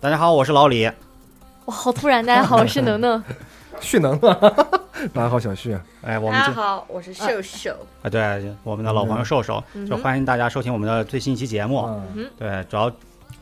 大家好，我是老李。 哇，好突然！大家好，我是能 能。蓄能啊，大家好，小旭，哎，我大们家这好，我是瘦瘦。啊，对，我们的老朋友瘦瘦，嗯就欢迎大家收听我们的最新一期节目。嗯对，主要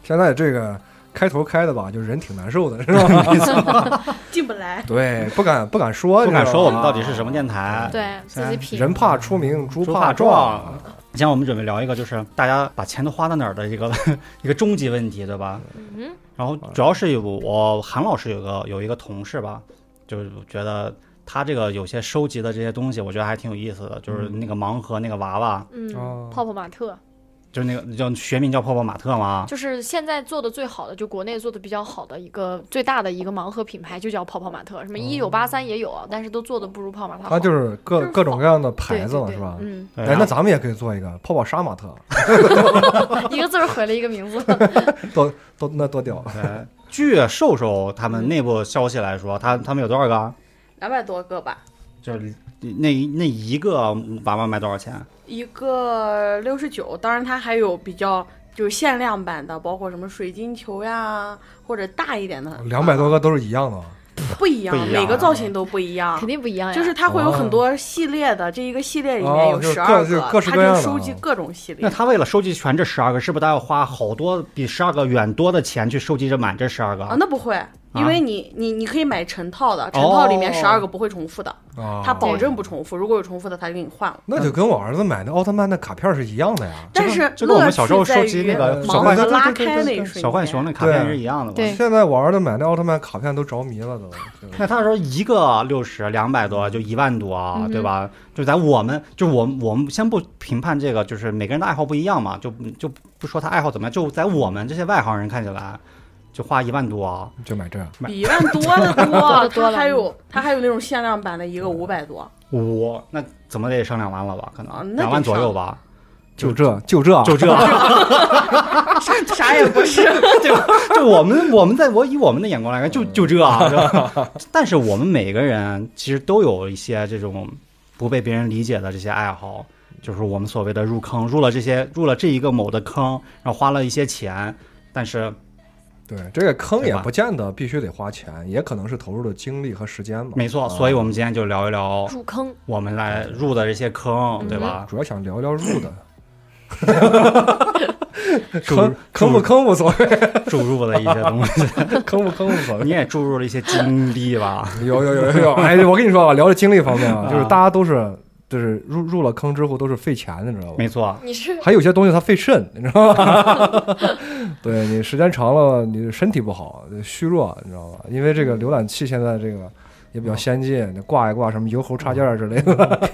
现在这个开头开的吧，就人挺难受的，是 吧？进不来。对，不敢不敢说，不敢是吧嗯说我们到底是什么电台。对自己品。啊人怕出名，猪猪怕壮壮。今天我们准备聊一个，就是大家把钱都花到哪儿的一个 一个终极问题，对吧？嗯，然后主要是有我韩老师有个有一个同事吧，就是觉得他这个有些收集的这些东西，我觉得还挺有意思的，就是那个盲盒那个娃娃，嗯，哦泡泡玛特就是那个叫学名叫泡泡玛特嘛。就是现在做的最好的，就国内做的比较好的一个最大的一个盲盒品牌，就叫泡泡玛特。什么一九八三也有啊，但是都做的不如泡泡玛特好。它哦啊就是各就是各种各样的对嗯牌子了，是吧？对对对哎，然那后咱们也可以做一个泡泡杀马特， 嗯，一个字儿毁了一个名字。多那多屌！对， 据瘦瘦他们内部消息来说，他他们有多少个啊？两百多个吧，就是那那一个娃娃卖多少钱？一个六十九。当然，它还有比较就是限量版的，包括什么水晶球呀，或者大一点的。哦啊两百多个都是一样的，不一样，不一样每个啊造型都不一样肯。定不一样呀。就是它会有很多系列的，这一个系列里面哦有就是十二各就个是，各式它各样的哦就收集各种系那列。他为了收集全这十二个，是不是他要花好多比十二个远多的钱去收集这满这十二个啊，？哦那不会，因为你你你可以买成套的，成哦套里面十二个不会重复的，啊，它保证不重复。如果有重复的，它就给你换了。那就跟我儿子买那奥特曼的卡片是一样的呀。但是这跟我们乐小趣时候收在集于那个小盲浣盒熊拉开那一瞬间，小浣熊那卡片是一样的嘛？对现在我儿子买那奥特曼卡片都着迷了，都。那他说一个六十两百多就一万多啊，嗯对吧？就在我们就我们我们先不评判这个，就是每个人的爱好不一样嘛，就就不说他爱好怎么样，就在我们这些外行人看起来，就花一万多啊，就买这样，比一万多的多了 多，啊多了嗯啊它还有它还有那种限量版的，一个五百 多我那怎么得上两万了吧？可哦啊能那两万得上左右吧， 就这就这啊就这，啊啥也不是。就就我们我们在我以我们的眼光来看，就就这 啊。是嗯吧但是我们每个人其实都有一些这种不被别人理解的这些爱好，就是我们所谓的入坑，入了这些入了这一个某的坑，然后花了一些钱，但是对，这个坑对也吧不见得必须得花钱，也可能是投入的精力和时间嘛。没错，嗯啊所以我们今天就聊一聊入坑，我们来入的这些坑，对吧？主要想聊聊入 的，注坑坑不坑无所谓，嗯注入了一些东西，坑不坑无所 你谓。也注入了一些经历吧？有有有 有有，哎，我跟你说啊，聊这经历方面啊，啊就是大家都是就是入入了坑之后都是费钱的，你知道吧？没错，你是还有些东西它费肾，你知道吗？ 对你时间长了，你身体不好，呃虚弱，你知道吧？因为这个浏览器现在这个也比较先进，你挂一挂什么油猴插件儿之类的，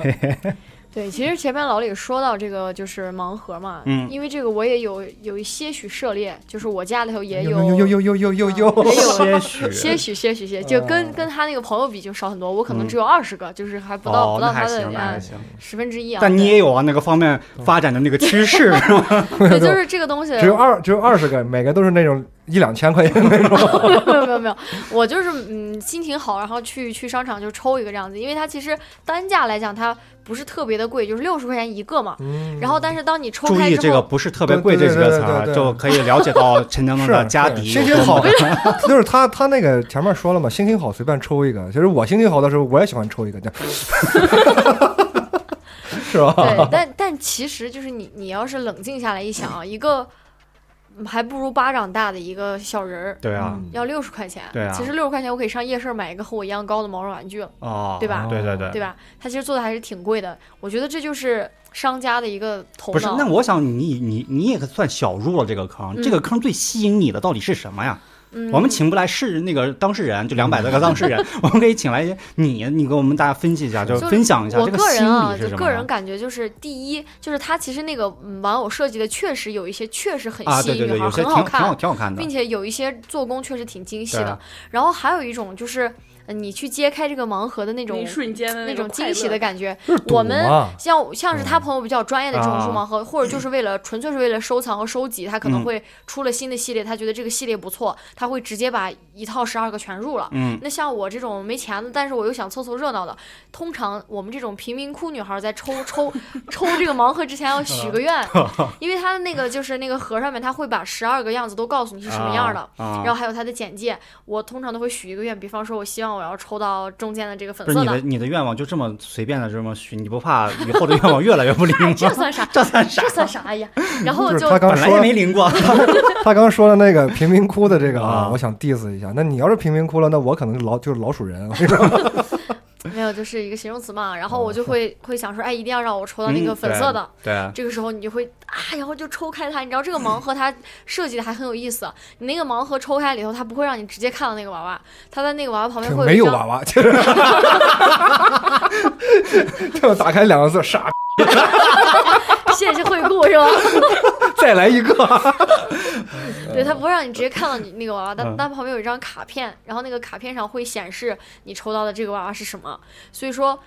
对，其实前面老李说到这个就是盲盒嘛，嗯因为这个我也有有一些许涉猎，就是我家里头也有嗯呦呦呦呦呦呦呦，也些有 许哎些许些许些，嗯就跟跟他那个朋友比就少很多，我可能只有二十个，就是还不哦，到不那到还他行，那还的行。十分之一啊。但你也有啊，那个方面发展的那个趋 势，是吧对，就是这个东 西，只有二只有二十个，每个都是那种一两千块钱的那种。没有没有没有，我就是嗯心情好，然后去去商场就抽一个这样子，因为它其实单价来讲它不是特别的贵，就是六十块钱一个嘛。嗯然后但是当你抽注开意这之个后，不是特别贵这几个词儿，啊对对对对对对就可以了解到陈能能的家底是有是多么。心情好， 就是他他那个前面说了嘛，心情好随便抽一个。其实我心情好的时候，我也喜欢抽一 个，这样 是吧？对，但但其实就是你你要是冷静下来一想啊，一个嗯还不如巴掌大的一个小人儿。对啊，嗯要六十块钱，对啊其实六十块钱我可以上夜市买一个和我一样高的毛绒玩具了，哦，对吧对对对对吧？它其实做的还是挺贵的，我觉得这就是商家的一个头不是，脑。那我想你你你也算小入了这个坑，嗯这个坑最吸引你的到底是什么呀？嗯我们请不来是那个当事人，就两百多个当事 人，我们可以请来一些你，你给我们大家分析一下，就就是分享一下我这个心人啊，理是就什么个人呀。感觉就是，第一就是它其实那个嗯玩偶设计的确实有一些确实很啊，吸对引对女对，孩，有些很挺好挺好看，挺好看的并且有一些做工确实挺精细对的啊。然后还有一种就是呃你去揭开这个盲盒的那那种一瞬间的那种种快惊喜乐的感觉。就是赌我们嘛，像像是他嗯朋友比较专业的这种啊数盲盒，或者就是为了纯粹是为了收藏和收集，他可嗯能会出了新的系列，他觉得这个系列不错，他会直接把一套十二个全入了。嗯，那像我这种没钱的，但是我又想凑凑热闹的，通常我们这种贫民窟女孩在抽抽 抽这个盲盒之前要许个愿，啊因为它那个就是那个盒上面，它会把十二个样子都告诉你是什么样的。啊？然后还有它的简介，我通常都会许一个愿，比方说，我希望我要抽到中间的这个粉不是色你的的，你的愿望就这么随便的这么许，你不怕以后的愿望越来越不灵 这吗？算啥？ 这算啥这？算啥 呀？然后就是就他刚本来说也没灵过。他刚说的那个贫民窟的这个啊啊，我想 diss 一下。那你要是贫民窟了，那我可能老就是老 鼠人。我跟你说，没有，就是一个形容词嘛。然后我就会会想说，哎，一定要让我抽到那嗯个粉色的。对啊，这个时候你就会啊，然后就抽开它。你知道这个盲盒它设计的还很有意思，你那个盲盒抽开里头，它不会让你直接看到那个娃娃，它在那个娃娃旁边这会没有有一张娃娃，就是 就打开两个字，傻， 谢谢惠顾是吧？再来一个。对，它不会让你直接看到你那个娃娃，但嗯但旁边有一张卡片，然后那个卡片上会显示你抽到的这个娃娃是什么。所以说，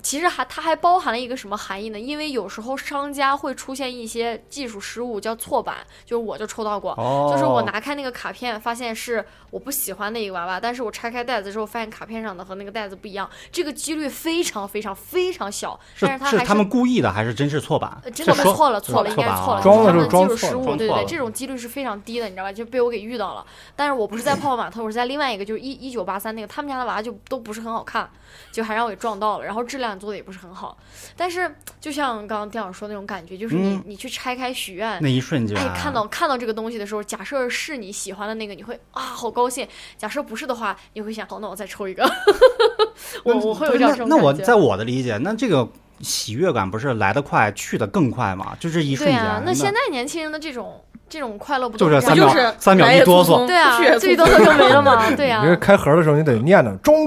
其实还它还包含了一个什么含义呢？因为有时候商家会出现一些技术失误，叫错版，就是我就抽到过，哦，就是我拿开那个卡片，发现是我不喜欢的一个娃娃，但是我拆开袋子之后，发现卡片上的和那个袋子不一样，这个几率非常非常非常小，是但是它是还他们故意的还是真是错版呃？真的是是说错了，错了，是应该是吧啊错了，装就是他了就们是技装术错失了误，装对对错对，了这种几率是非常低的，你知道吧？就被我给遇到了。但是我不是在泡泡玛特，我是在另外一个，就是一一九八三那个，他们家的娃娃就都不是很好看，就还让我给撞到了，然后质量做的也不是很好。但是就像刚刚店长说那种感觉，就是你嗯你去拆开许愿，那一瞬间啊哎，看到看到这个东西的时候，假设是你喜欢的那个，你会啊好高兴；假设不是的话，你会想，好，那我再抽一个。 我我会有这样这种那那我感觉在我的理解，那这个喜悦感不是来得快，去得更快吗？就这一瞬对间。啊，那现在年轻人的这种这种快乐不就都这这样三秒吗就是三秒来一也哆匆嗦匆对啊去也，最匆多匆的就没了嘛， 对啊你。这开盒的时候你得念叨中，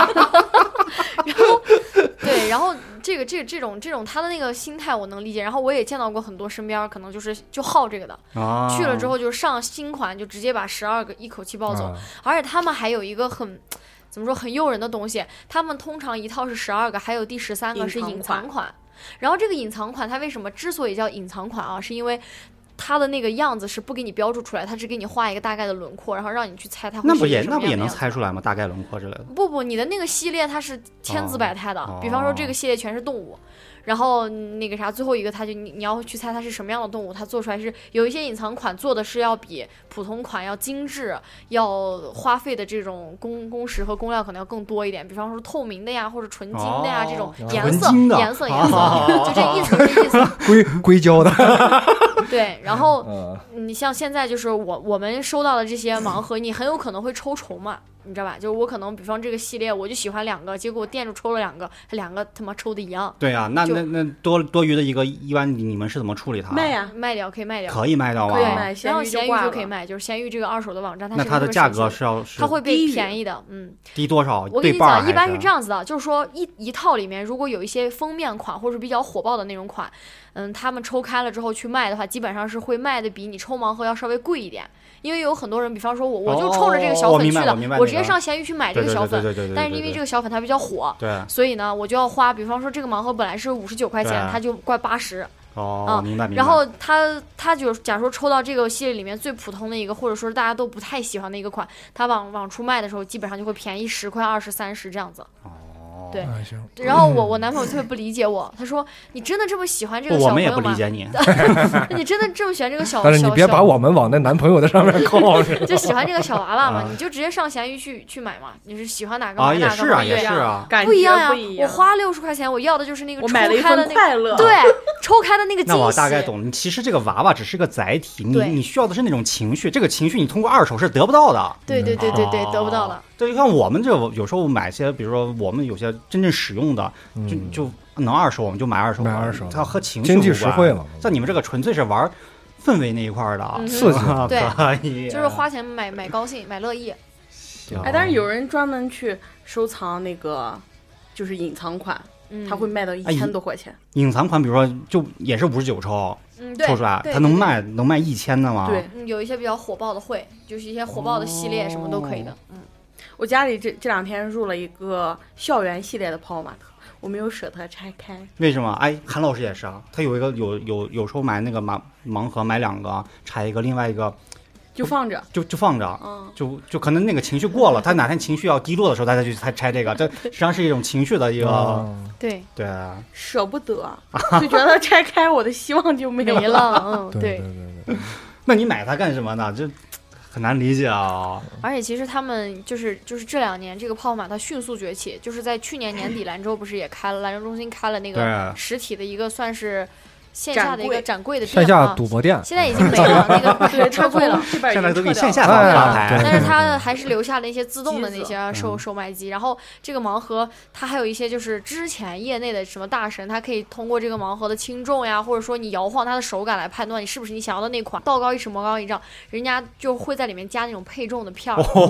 然后对，然后这个这个这种这种他的那个心态我能理解，然后我也见到过很多身边儿可能就是就好这个的，啊，去了之后就上新款就直接把十二个一口气抱走，啊而且他们还有一个很。怎么说很诱人的东西？他们通常一套是十二个，还有第十三个是隐隐藏藏款。然后这个隐藏款，它为什么之所以叫隐藏款啊？是因为它的那个样子是不给你标注出来，它只给你画一个大概的轮廓，然后让你去猜它会那是不一个也什么那不也样的能样子啊猜出来吗？大概轮廓之类的。不不，你的那个系列它是千姿百态的，哦比方说这个系列全是动物，然后那个啥，最后一个它就你你要去猜它是什么样的动物，它做出来是有一些隐藏款做的是要比普通款要精致，要花费的这种工工时和工料可能要更多一点，比方说透明的呀或者纯金的呀、哦这种纯颜色金的颜色颜色，哦就这意思这意思，硅硅胶 的。对，然后。嗯，啊你像现在就是我我们收到的这些盲盒，你很有可能会抽重嘛，你知道吧？就是我可能比方这个系列我就喜欢两个，结果我店主抽了两个，两个他妈抽的一样，对啊，那就那那多多余的一个，一般你们是怎么处理它？卖呀，卖掉可以卖掉，可以卖掉吗可以？卖然后闲闲哎鱼鱼就挂就可以了卖，就是闲鱼这个二手的网站，它那是它个的特别价神奇格的是要是它会低被于便宜的，嗯，低多少？我哦对跟你半儿讲，还一般是是这样子的，就是说一一套里面如果有一些封面款或者比较火爆的那种款，嗯，他们抽开了之后去卖的话，基本上是会卖的比你抽盲盒要稍微贵一点，因为有很多人，比方说我我就冲着这个小哦粉明去白的，我明白我那直接个上闲鱼去买这对个对小对粉，对对对。但是因为这个个小粉它比较火。对所以呢，我就要花，比方说这个盲盒本来是五十九块钱，对它就怪八十，哦，嗯明白明白。然后他他就假如说抽到这个系列里面最普通的一个，或者说是大家都不太喜欢的一个款，他往往出卖的时候，基本上就会便宜十块、二十、三十这样子。哦，对哎行，然后 我我男朋友特别不理解我，他说：“你真的这么喜欢这个不小我朋们也友不理吗？解你。你真的这么喜欢这 个小？但是你哦小别把小我们往那男朋友的上面靠。就喜欢这个小娃娃嘛 啊，你就直接上闲鱼去去买嘛，你是喜欢哪个啊，买也哪是个啊，嘛，也对是呀，啊，感不一觉样呀不一！我样。花六十块钱，我要的就是那个我抽买了一开了份那个，快乐，对，抽开的那个惊那喜。我大概懂了，其实这个娃娃只是个载体，你对你需要的是那种情绪，这个情绪你通过二手是得不到的。对对对对对，哦得不到了。。对，就像我们这有时候买些，比如说我们有些真正使用的，就嗯就能二手我们就买二手，买二手它和情绪经济无实关惠了像你们这个纯粹是玩氛围那一块儿的啊嗯， 刺激啊对 可以，就是花钱买买高兴，买乐意。行。哎，但是有人专门去收藏那个，就是隐藏款，嗯，他会卖到一哎千多块钱。隐藏款，比如说就也是五十九抽嗯对抽出来，对它能对对卖能卖一千的吗？对，哦嗯，有一些比较火爆的会，就是一些火爆的系列，什么都可以的。嗯，我家里这这两天入了一个校园系列的泡泡玛特，我没有舍得拆开。为什么？哎，韩老师也是啊，他有一个有有有时候买那个盲盲盒，买两个拆一个，另外一个就放着，就就放着，嗯，就就可能那个情绪过了，他哪天情绪要低落的时候，大家就才拆这个，这实际上是一种情绪的一个、哦啊，对， 对舍不得，就觉得拆开我的希望就没没了。了，嗯，对对对对，那你买它干什么呢？这很难理解啊。而且其实他们就是就是这两年这个泡泡玛特迅速崛起，就是在去年年底兰州不是也开了，兰州中心开了那对啊个实体的一个算是线展下的一个柜展柜的线店下嘛，赌博哦店，现在已经没了那 个那对，个拆超柜 柜了了。，这边已现经在都给你撤掉线啊下了哎发牌，对但是它还是留下了一些自动的那机子些售售卖机，然后这个盲盒它还有一些就是之前业内的什么大神，他可以通过这个盲盒的轻重呀，或者说你摇晃它的手感来判断你是不是你想要的那款。道高一尺，魔高一丈，人家就会在里面加那种配重的 片儿。哦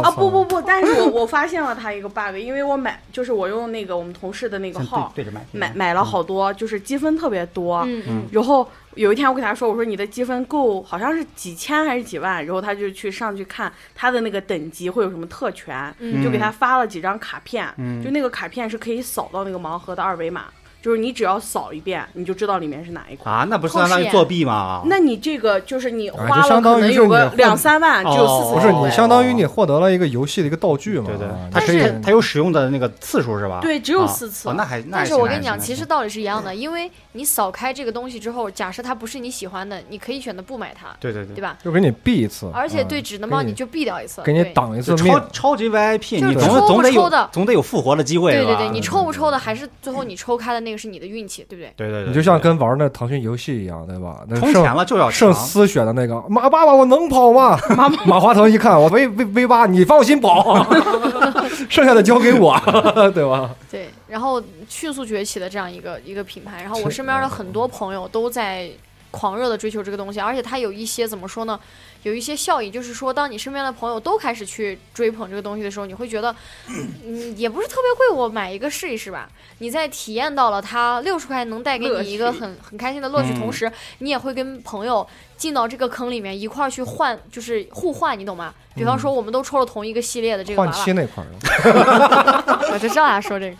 哇啊不不不，但是我我发现了它一个 bug，因为我买就是我用那个我们同事的那个先对号对着嗯买买买了好多，就是积分特别多。嗯嗯，然后有一天我跟他说，我说你的积分够好像是几千还是几万，然后他就去上去看他的那个等级会有什么特权，嗯就给他发了几张卡片，嗯就那个卡片是可以扫到那个盲盒的二维码，就是你只要扫一遍，你就知道里面是哪一款。啊，那不是相当于作弊吗？那你这个就是你哦啊花就了相当可于能是有你个换两三万，只有哦四不十是多你位相当于你获得了一个游戏的一个道具嘛？对对啊，它你可可以以它有使用的那个次数是吧？对，只啊，有四次哦，。那还那还但是行我还跟你讲，行啊其实道理是一样的，因为你扫开这个东西之后，假设它不是你喜欢的，你可以选择不买它，对对对对。吧？就给你避一次，而且嗯对，只能帮给你你就避掉一次，给你对挡一次就命超。超级 VIP，就你是抽总不总得抽的有总得有复活的机会对吧？对对，你抽不抽的还是最后你抽开的那个是你的运气，对不对？对对对，你就像对跟玩那腾讯游戏一样，对吧？那充剩钱了就要剩抢，丝血的那个马爸爸，我能跑吗？妈马化腾一看，我 V V V 八，你放 心跑，剩下的交给我，对吧？对，然后迅速崛起的这样一个一个品牌，然后这我身边的很多朋友都在狂热的追求这个东西，而且它有一些怎么说呢，有一些效益，就是说，当你身边的朋友都开始去追捧这个东西的时候，你会觉得，嗯，也不是特别贵，我买一个试一试吧。你在体验到了它六十块能带给乐你一个趣很很开心的乐趣，同嗯时你也会跟朋友进到这个坑里面一块儿去换，就是互换，你懂吗？比方说，我们都抽了同一个系列的这个换娃妻娃，那块儿， 我就知道他说这个。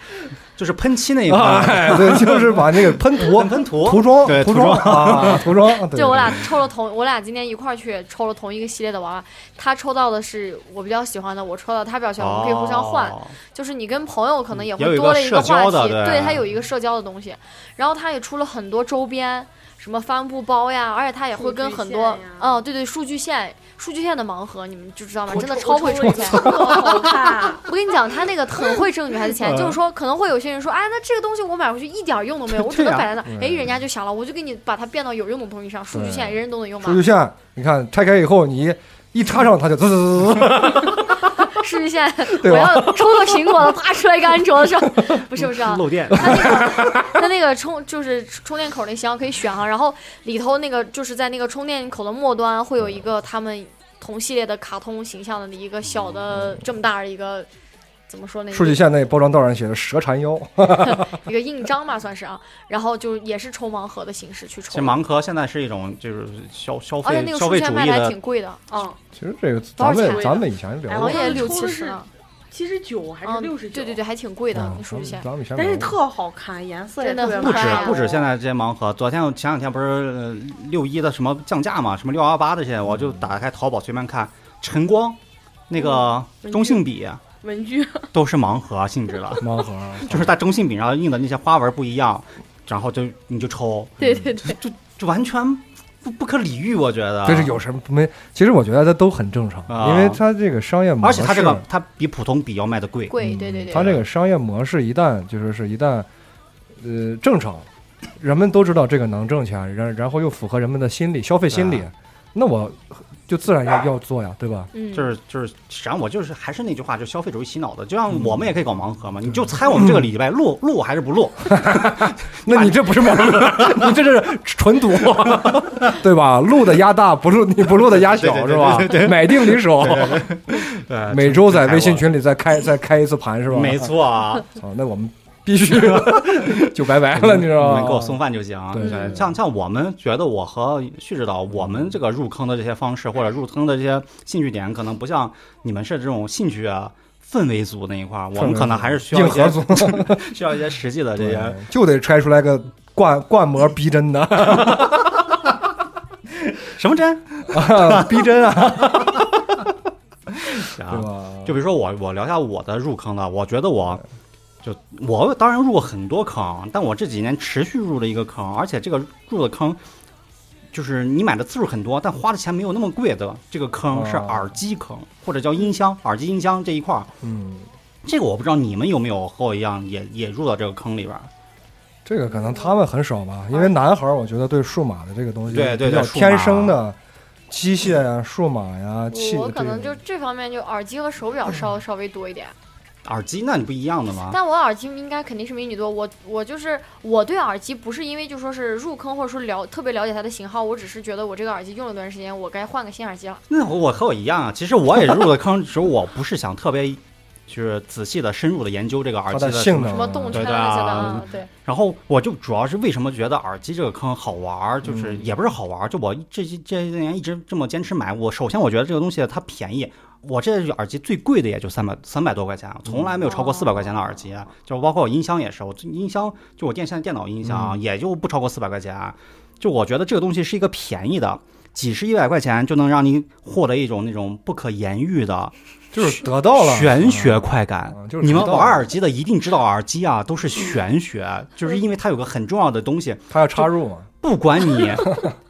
就是喷漆 那一块，哎， 对，就是把那个喷 涂啊喷、喷涂涂装、对涂涂 装啊， 涂装。对对就我俩抽了同，我俩今天一块儿去抽了同一个系列的娃娃，他抽到的是我比较喜欢的，我抽到他比较喜欢，我们可以互相换。哦就是你跟朋友可能也也有一个会多了一社话交的题，对对他有一个社交的东西。然后他也出了很多周边，什么帆布包呀，而且他也会跟很多数据线呀，嗯，对对，数据线，数据线的盲盒你们就知道吗？真的抽超会抽抽钱。特好哦 看，我跟你讲，他那个很会挣女孩嗯子钱，就是说可能会有些人说，哎，那这个东西我买回去一点儿用都没有，我只对能啊摆在那儿，哎，嗯人家就想了，我就给你把它变到有用的东西上，数据线对人人都能用吧数？据线，你看拆开以后，你一插上它就滋滋滋滋滋，数据 线，对我吧要抽到苹果了，啪出来一个安卓的上， 不是不是啊，漏电，它那个它那个充就是充电口那箱可以选哈、然后里头那个就是在那个充电口的末端会有一个他们同系列的卡通形象的一个小的这么大的一个。怎么说呢？数据线那包装袋上写着“蛇缠腰一个印章吧，算是啊。然后就也是抽盲盒的形式去抽 其实，盲盒现在是一种就是消消而且费哦那个消书费主券卖义的还的挺贵的，嗯，”。其实这个多少咱们钱咱们以前聊哎好过像我，哦也抽六的七十是呢，七十九还是嗯六十九？对对对，还挺贵的那数据线。啊咱们以前但是聊过特好看，颜色也真的特别不很止可爱不止，现在在这些盲盒，昨天我前两天不是呃六一的什么降价嘛，什么六幺八这嗯些，我就打开淘宝随便看，晨光那个嗯中性笔啊文具都是盲盒啊性质的，盲 盒啊， 就是它中性笔上印的那些花纹不一样，然后就你就抽，对 对对，就完全不不可理喻，我觉得。就是有什么没？其实我觉得它都很正常，啊因为它这个商业模而式，且它这个它比普通笔要卖的贵，贵，对对嗯对。它这个商业模式一旦就是是一旦呃正常，人们都知道这个能挣钱，然然后又符合人们的心理消费心理啊，那我就自然要要做呀，对吧？嗯，就是就是，实际上我就是还是那句话，就消费主义洗脑的，就像嗯我们也可以搞盲盒嘛，你就猜我们这个礼拜录录还是不 录，那你这不是 盲盒，你这是纯赌， 对吧？录的压大，不录你不录的压 小，对对是吧对？买定离手，对每周在微信群里再开再开一次盘，是吧？ 没错啊，啊，那我们必须 就拜拜 了，你知道嗯你吗？们给我送饭就行。对对对像像我们觉得我和旭指导，我们这个入坑的这些方式或者入坑的这些兴趣点，可能不像你们是这种兴趣啊氛围组那一块儿，我们可能还是需要硬一些核组， 需要一些实际的 这些。就得拆出来个灌灌模逼真的，什么针？ 逼真啊，对 啊，吧？就比如说我，我聊一下我的入坑啊了。我觉得我就我当然入过很多坑，但我这几年持续入了一个坑，而且这个入的坑就是你买的次数很多，但花的钱没有那么贵的这个坑是哦耳机坑，或者叫音箱、耳机音箱这一块儿。嗯，这个我不知道你们有没有和我一样也也入到这个坑里边儿。这个可能他们很少吧，因为男孩儿我觉得对数码的这个东西对对比较对数码天生的，机械呀、数码呀、器，我可能对就这方面就耳机和手表嗯稍稍微多啊一点，耳机那你不一样的吗？但我耳机应该肯定是比你多。我我就是我对耳机不是因为就说是入坑或者说了特别了解它的型号，我只是觉得我这个耳机用了一段时间，我该换个新耳机了。那我和我一样啊，其实我也入了坑，只是我不是想特别就是仔细的深入的研究这个耳它机的的性能什啊，么动对圈对啊啊这些的啊，对，然后我就主要是为什么觉得耳机这个坑好玩儿，就是嗯也不是好玩儿，就我这些这些年一直这么坚持买。我首先我觉得这个东西它便宜，我这耳机最贵的也就三百三百多块钱，从来没有超过四百块钱的耳机。就包括我音箱也是，我音箱就我电现在电脑音嗯箱也就不超过四百块钱。就我觉得这个东西是一个便宜的，几十一百块钱就能让你获得一种那种不可言喻的就是得到了玄学快感啊。就是你们知道玩了耳机的一定知道，耳机啊都是玄学，就是因为它有个很重要的东西，它要插入嘛，不管 你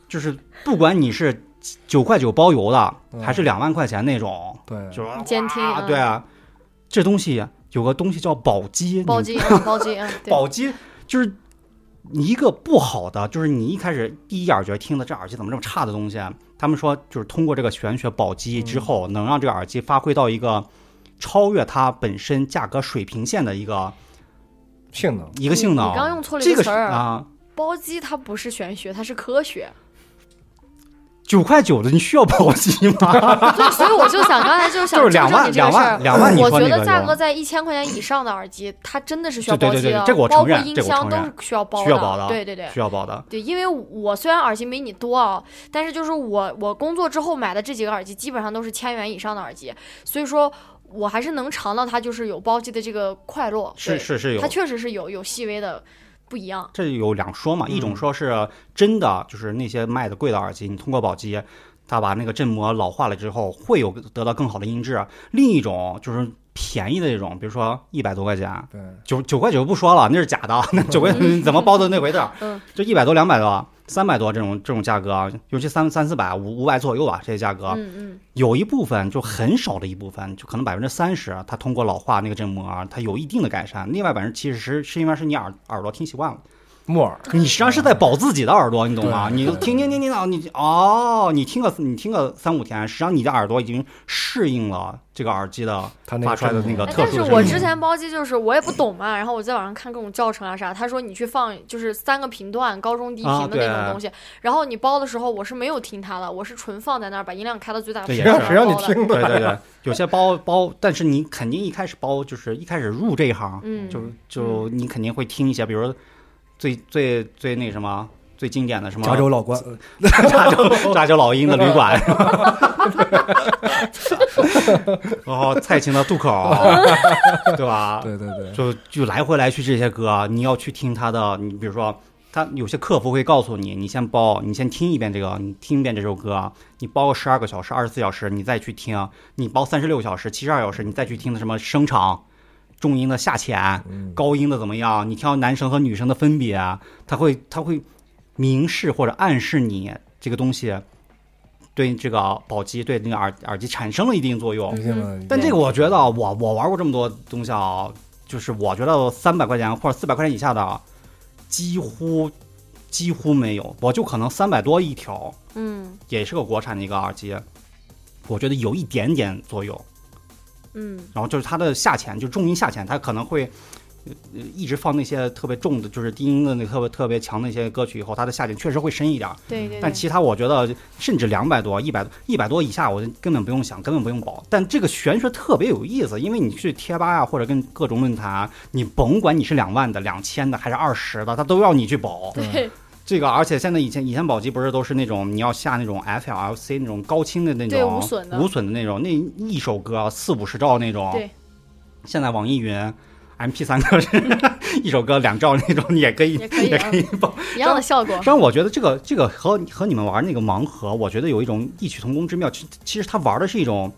就是不管你是九块九包邮的，嗯还是两万块钱那种，对，就是哇监听啊对啊，这东西有个东西叫宝鸡，包你机啊，包机啊，对，宝鸡就是你一个不好的，就是你一开始第一眼觉得听的这耳机怎么这么差的东西啊，他们说就是通过这个玄学宝鸡嗯之后，能让这个耳机发挥到一个超越它本身价格水平线的一个性能 一个性能。你刚用错了一这个个词是儿啊，包机它不是玄学，它是 科学。九块九的你需要 宝鸡吗？对，所以我就想刚才就是想就是纠两正万你这个两事儿万。两万，你我说觉那得个价有格在一千块钱以上的耳机，它真的是需要对包对机对的，对这个我包承括认音这个我箱承都认是需要包需要包的啊对对对需。要包的。对，因为我虽然耳机没你多啊，但是就是我我工作之后买的这几个耳机基本上都是千元以上的耳机，所以说我还是能尝到它就是有包机的这个快乐。是对，是是有它，确实是有有细微的不一样。这有两说嘛，嗯一种说是真的，就是那些卖的贵的耳机，你通过保机，它把那个振膜老化了之后，会有得到更好的音质；另一种就是便宜的这种，比如说一百多块钱，对，九九块九不说了，那是假的，那 九 块怎么包的那回事儿？嗯就一百多、两百多、三百多这种这种价格，尤其三三四百、五五百左右吧，这些价格，嗯嗯，有一部分就很少的一部分，就可能百分之三十，它通过老化那个振膜，它有一定的改善。另外百分之七十是因为是你耳耳朵听习惯了，木耳你实际上是在保自己的耳朵，你懂吗？对你对听听听听到你哦，你听个你听个三五天，实际上你的耳朵已经适应了这个耳机的它那发出来的振那个膜哎，特但殊是的我声音。之前包机就是我也不懂嘛，然后我在网上看各种教程啊啥，他说你去放就是三个频段，高中低频啊的那对种东西，然后你包的时候我是没有听它了，我是纯放在那儿把音量开到最大，对也谁是让谁让你包的听对的？对对，有些包包，但是你肯定一开始包就是一开始入这一行，嗯就就你肯定会听一些，比如说最最最那什么最经典的什么嗯加州老关，抓阄抓阄老鹰的旅馆，然后蔡琴的渡口，对吧？对对对，就就来回来去这些歌，啊你要去听他的，你比如说。他有些客服会告诉你，你先包，你先听一遍这个，你听一遍这首歌，啊你包个十二个小时、二十四小时，你再去听，你包三十六小时、七十二小时，你再去听的什么声场、重音的下潜、嗯高音的怎么样，你挑男生和女生的分别，啊他会他会明示或者暗示你这个东西对这个宝鸡对那个耳耳机产生了一定作用女。性们，但这个我觉得啊，我我玩过这么多东西啊，就是我觉得三百块钱或者四百块钱以下的啊，几乎几乎没有，我就可能三百多一条，嗯也是个国产的一个耳机，我觉得有一点点作用。嗯然后就是它的下潜，就重音下潜，它可能会呃一直放那些特别重的，就是低音的那特别特别强的一些歌曲以后，它的下点确实会深一点儿。对对但对，其他我觉得，甚至两百多、一百一百多以下，我就根本不用想，根本不用保。但这个玄学特别有意思，因为你去贴吧啊，或者跟各种论坛啊，你甭管你是两万的、两千的还是二十的，他都要你去保。对这个，而且现在以前以前保级不是都是那种你要下那种 FLC 那种高清的那种对无损的无损的那种，那一首歌啊四五十兆那种。对，现在网易云 MP 三可是 一首歌两兆那种，你也可以 也可以啊可以保。一样的效果 实际。上，我觉得这个这个和和你们玩那个盲盒，我觉得有一种异曲同工之妙。其其实他玩的是一种，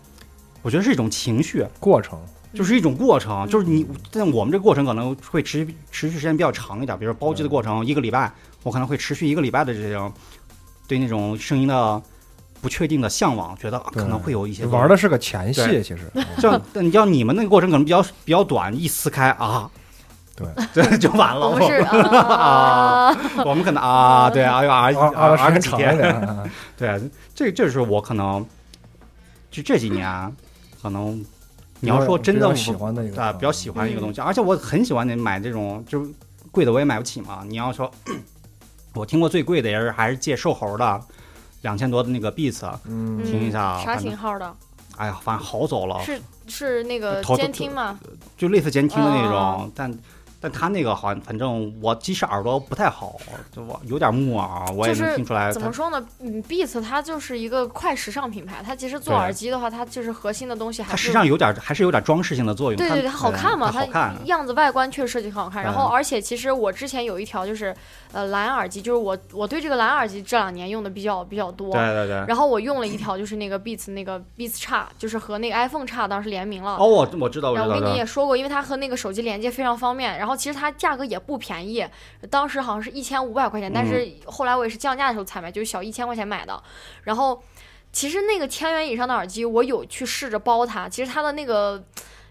我觉得是一种情绪，过程，就是一种过程。就是你，但我们这个过程可能会持续持续时间比较长一点，比如说包机的过程一个礼拜，我可能会持续一个礼拜的这种对那种声音的不确定的向往，觉得啊对可能会有一些玩的是个前戏，对其实 像但要你们那个过程可能比较比较短，一撕开啊，对对就完了。我 们是呃啊，我们可能啊，对啊啊二啊二啊十个天几长一天。点，啊对，这这是我可能就这几年啊，可能你要说真比较的喜欢的嗯一个啊，比较喜欢一个嗯东西，而且我很喜欢那买这种就是贵的我也买不起嘛。你要说我听过最贵的也是还是借瘦猴的两千多的那个 Beats，嗯听一下啊嗯啥反正型号的？哎呀，反正好走了，是是那个头都监听吗？就类似监听的那种哦，但。但他那个好像，反正我即使耳朵不太好，就我有点木耳，我也就是能听出来它。怎么说呢？嗯，Beats 它就是一个快时尚品牌，它其实做对耳机的话，它就是核心的东西还它是实际上有点，还是有点装饰性的作用。对对对，它好看嘛，它好看。啊样子外观确实设计很好看。然后，嗯而且其实我之前有一条就是，呃，蓝牙耳机，就是我我对这个蓝牙耳机这两年用的比较比较多。对对对。然后我用了一条就是那个 Beats 那个 Beats 叉，就是和那个 iPhone 叉当时联名了。哦，我我知道，我知然道。知后我跟道你也说过，因为它和那个手机连接非常方便，然后其实它价格也不便宜，当时好像是一千五百块钱，但是嗯后来我也是降价的时候才买，就是小一千块钱买的。然后其实那个千元以上的耳机，我有去试着包它，其实它的那个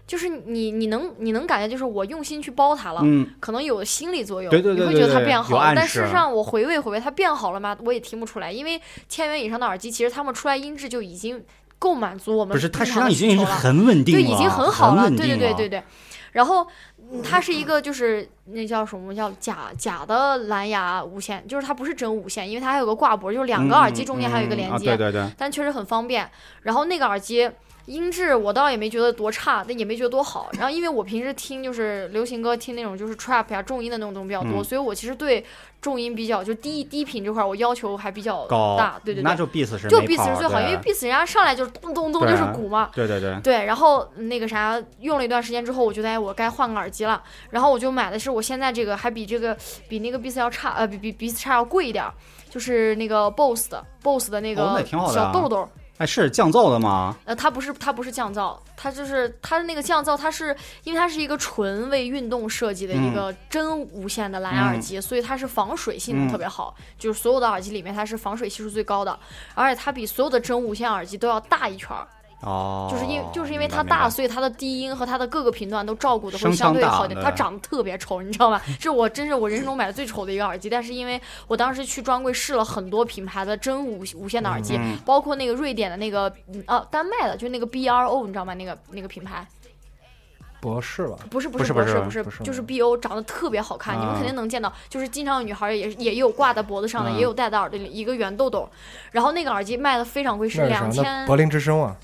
就是你你能你能感觉就是我用心去包它了。嗯，可能有心理作用，对对对你会觉对得它对变有好了暗，但示事实上我回味回味，它变好了吗？我也听不出来，因为千元以上的耳机，其实它们出来音质就已经够满足我们不是，它实平际常上的已需经求是了很稳定了，对，已经很好了，稳对对定对了对对。然后嗯它是一个就是那叫什么叫假假的蓝牙无线，就是它不是真无线，因为它还有个挂脖，就是两嗯个耳机中间还有一个嗯连啊接，对对对，但确实很方便。然后那个耳机。音质我倒也没觉得多差，但也没觉得多好。然后因为我平时听就是流行歌，听那种就是 trap 呀、重音的那种东西比较多，嗯所以我其实对重音比较就低低频这块儿我要求还比较高大。对对那对，就 Beats 是就没 beats 跑是最好，因对为 beats 人家上来就是咚咚咚就是对啊鼓嘛，对对对，对，然后那个啥，用了一段时间之后，我觉得哎，我该换个耳机了。然后我就买的是我现在这个，还比这个比那个 Beats 要差，呃，比比 Beats 差要贵一点儿，就是那个 Bose 的 Bose 的那哦那个挺好的小啊豆豆儿。哎，是降噪的吗？呃，它不是它不是降噪，它就是它的那个降噪，它是因为它是一个纯为运动设计的一嗯个真无线的蓝牙耳机，所以它是防水性能特嗯别好，就是所有的耳机里面它是防水系数最高的，而且它比所有的真无线耳机都要大一圈儿。哦，就是因就是因为明白它大，明所以它的低音和它的各个频段都照顾的会声相腔对大好一点。对它长得特别丑，你知道吗？这我真是我人生中买的最丑的一个耳机。但是因为我当时去专柜试了很多品牌的真无无线的耳机，嗯包括那个瑞典的那个嗯啊丹麦的，就是那个 B R O，你知道吗？那个那个品牌博士吧，不是不不是是博不士是不是不是就是 B O，长得特别好看，你们啊肯定能见到。就是经常有女孩也是也有挂在脖子上的，嗯也有戴在耳朵里一个圆豆豆。然后那个耳机卖的非常贵，是那是啥两？千那柏林之声啊，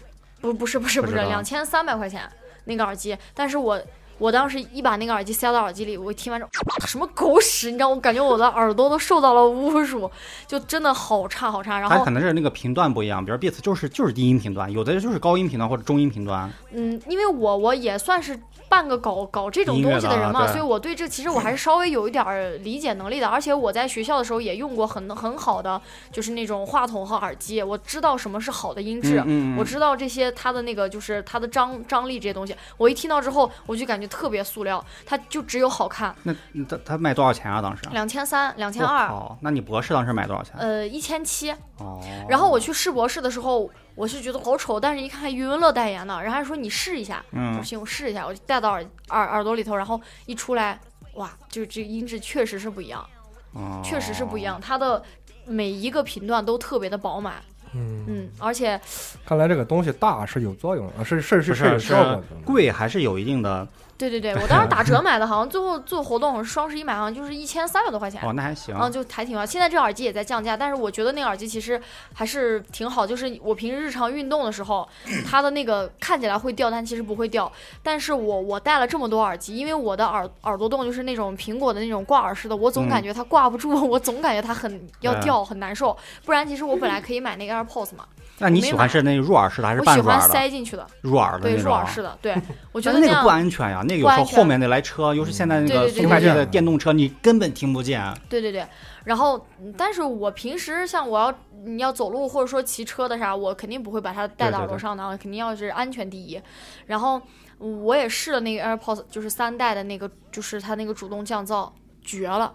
不不是不是不不是，知道两千三百块钱那个耳机，但是我我当时一把那个耳机塞到耳机里，我一听完之后，什么狗屎，你知道，我感觉我的耳朵都受到了侮辱，就真的好差好差。然白它后可能是那个频段不一样，比如 Beats 就是就是低音频段，有的就是高音频段或者中音频段。嗯，因为我我也算是半个搞搞这种音乐东西的啊人嘛，对所以我对这其实我还是稍微有一点儿理解能力的。而且我在学校的时候也用过很很好的，就是那种话筒和耳机，我知道什么是好的音质。嗯嗯我知道这些它的那个就是它的张张力这些东西，我一听到之后我就感觉特别塑料，它就只有好看，嗯，那它它卖多少钱啊？当时两千三、两千二，哦，那你博士当时买多少钱？啊呃，一千七。哦，然后我去试博士的时候，我是觉得好丑，但是一看余文乐代言的，人家说你试一下，我嗯说，行，我试一下，我就戴到耳耳耳朵里头，然后一出来，哇，就这音质确实是不一样，哦确实是不一样，它的每一个频段都特别的饱满。嗯，嗯，而且看来这个东西大是有作用的，啊是是是不有是效果是的。哦贵还是有一定的 对对对，我当时打折买的，好像最后做活动，好像双十一买好像就是一千三百多块钱。哦，那还行嗯，就还挺好。现在这耳机也在降价，但是我觉得那耳机其实还是挺好。就是我平时日常运动的时候，嗯它的那个看起来会掉，但其实不会掉。但是我我戴了这么多耳机，因为我的耳耳朵洞就是那种苹果的那种挂耳式的，我总嗯感觉它挂不住，我总感觉它很要哎掉，很难受。不然其实我本来可以买那个 AirPods 嘛，那你没喜买欢是那个入耳式的还是我半喜入欢耳的？塞进去的，入耳的对，那入种耳啊。式的， 对我觉但是那得个样不安全呀，那个有不时安候全后面那来车，尤其现在那对个对对新快递对的对电动车，你根本听不见。对对对，然后嗯但是我平时像我要你要走路或者说骑车的啥，我肯定不会把它戴到耳朵上的，啊，肯定要是安全第一。然后嗯我也试了那个 AirPods，就是三代的那个，就是它那个主动降噪，绝了，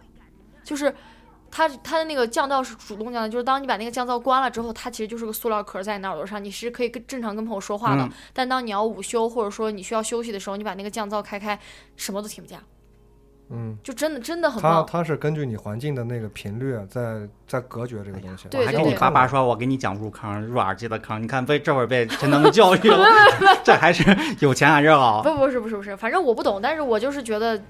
就是。它它的那个降噪是主动降噪，就是当你把那个降噪关了之后，它其实就是个塑料壳在你的耳朵上，你是可以跟正常跟朋友说话的。嗯但当你要午休或者说你需要休息的时候，你把那个降噪开开，什么都听不见，嗯，就真的真的很它棒。它是根据你环境的那个频率在在隔绝这个东西。哎对我还对跟你对爸爸说，我给你讲入坑、入耳机的坑，你看被这会儿被陈能教育了， 这还是有钱还是好。不不是不是不是，反正我不懂，但是我就是觉得，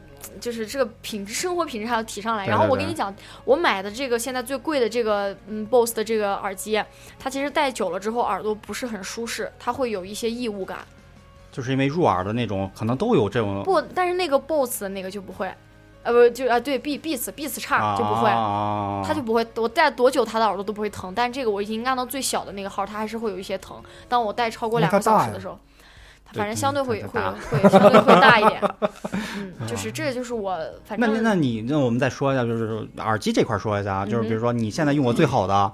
就是这个品质生活品质还要提上来。对然后对我对跟你讲，我买的这个现在最贵的这个嗯 BOSS 的这个耳机，它其实戴久了之后耳朵不是很舒适，它会有一些异物感。就是因为入耳的那种，可能都有这种不，但是那个 BOSS 的那个就不会，呃不就啊对 B Beats Beats 差就不会。啊、它就不会，我戴多久它的耳朵都不会疼，但这个我已经按到最小的那个号，它还是会有一些疼。当我戴超过因为两个它大小时呀的时候，它对反正嗯相对会它会大会相对会大一 点。嗯，就是这就是我反那那正那你那我们再说一下，就是耳机这块说一下啊，嗯就是比如说你现在用过最好的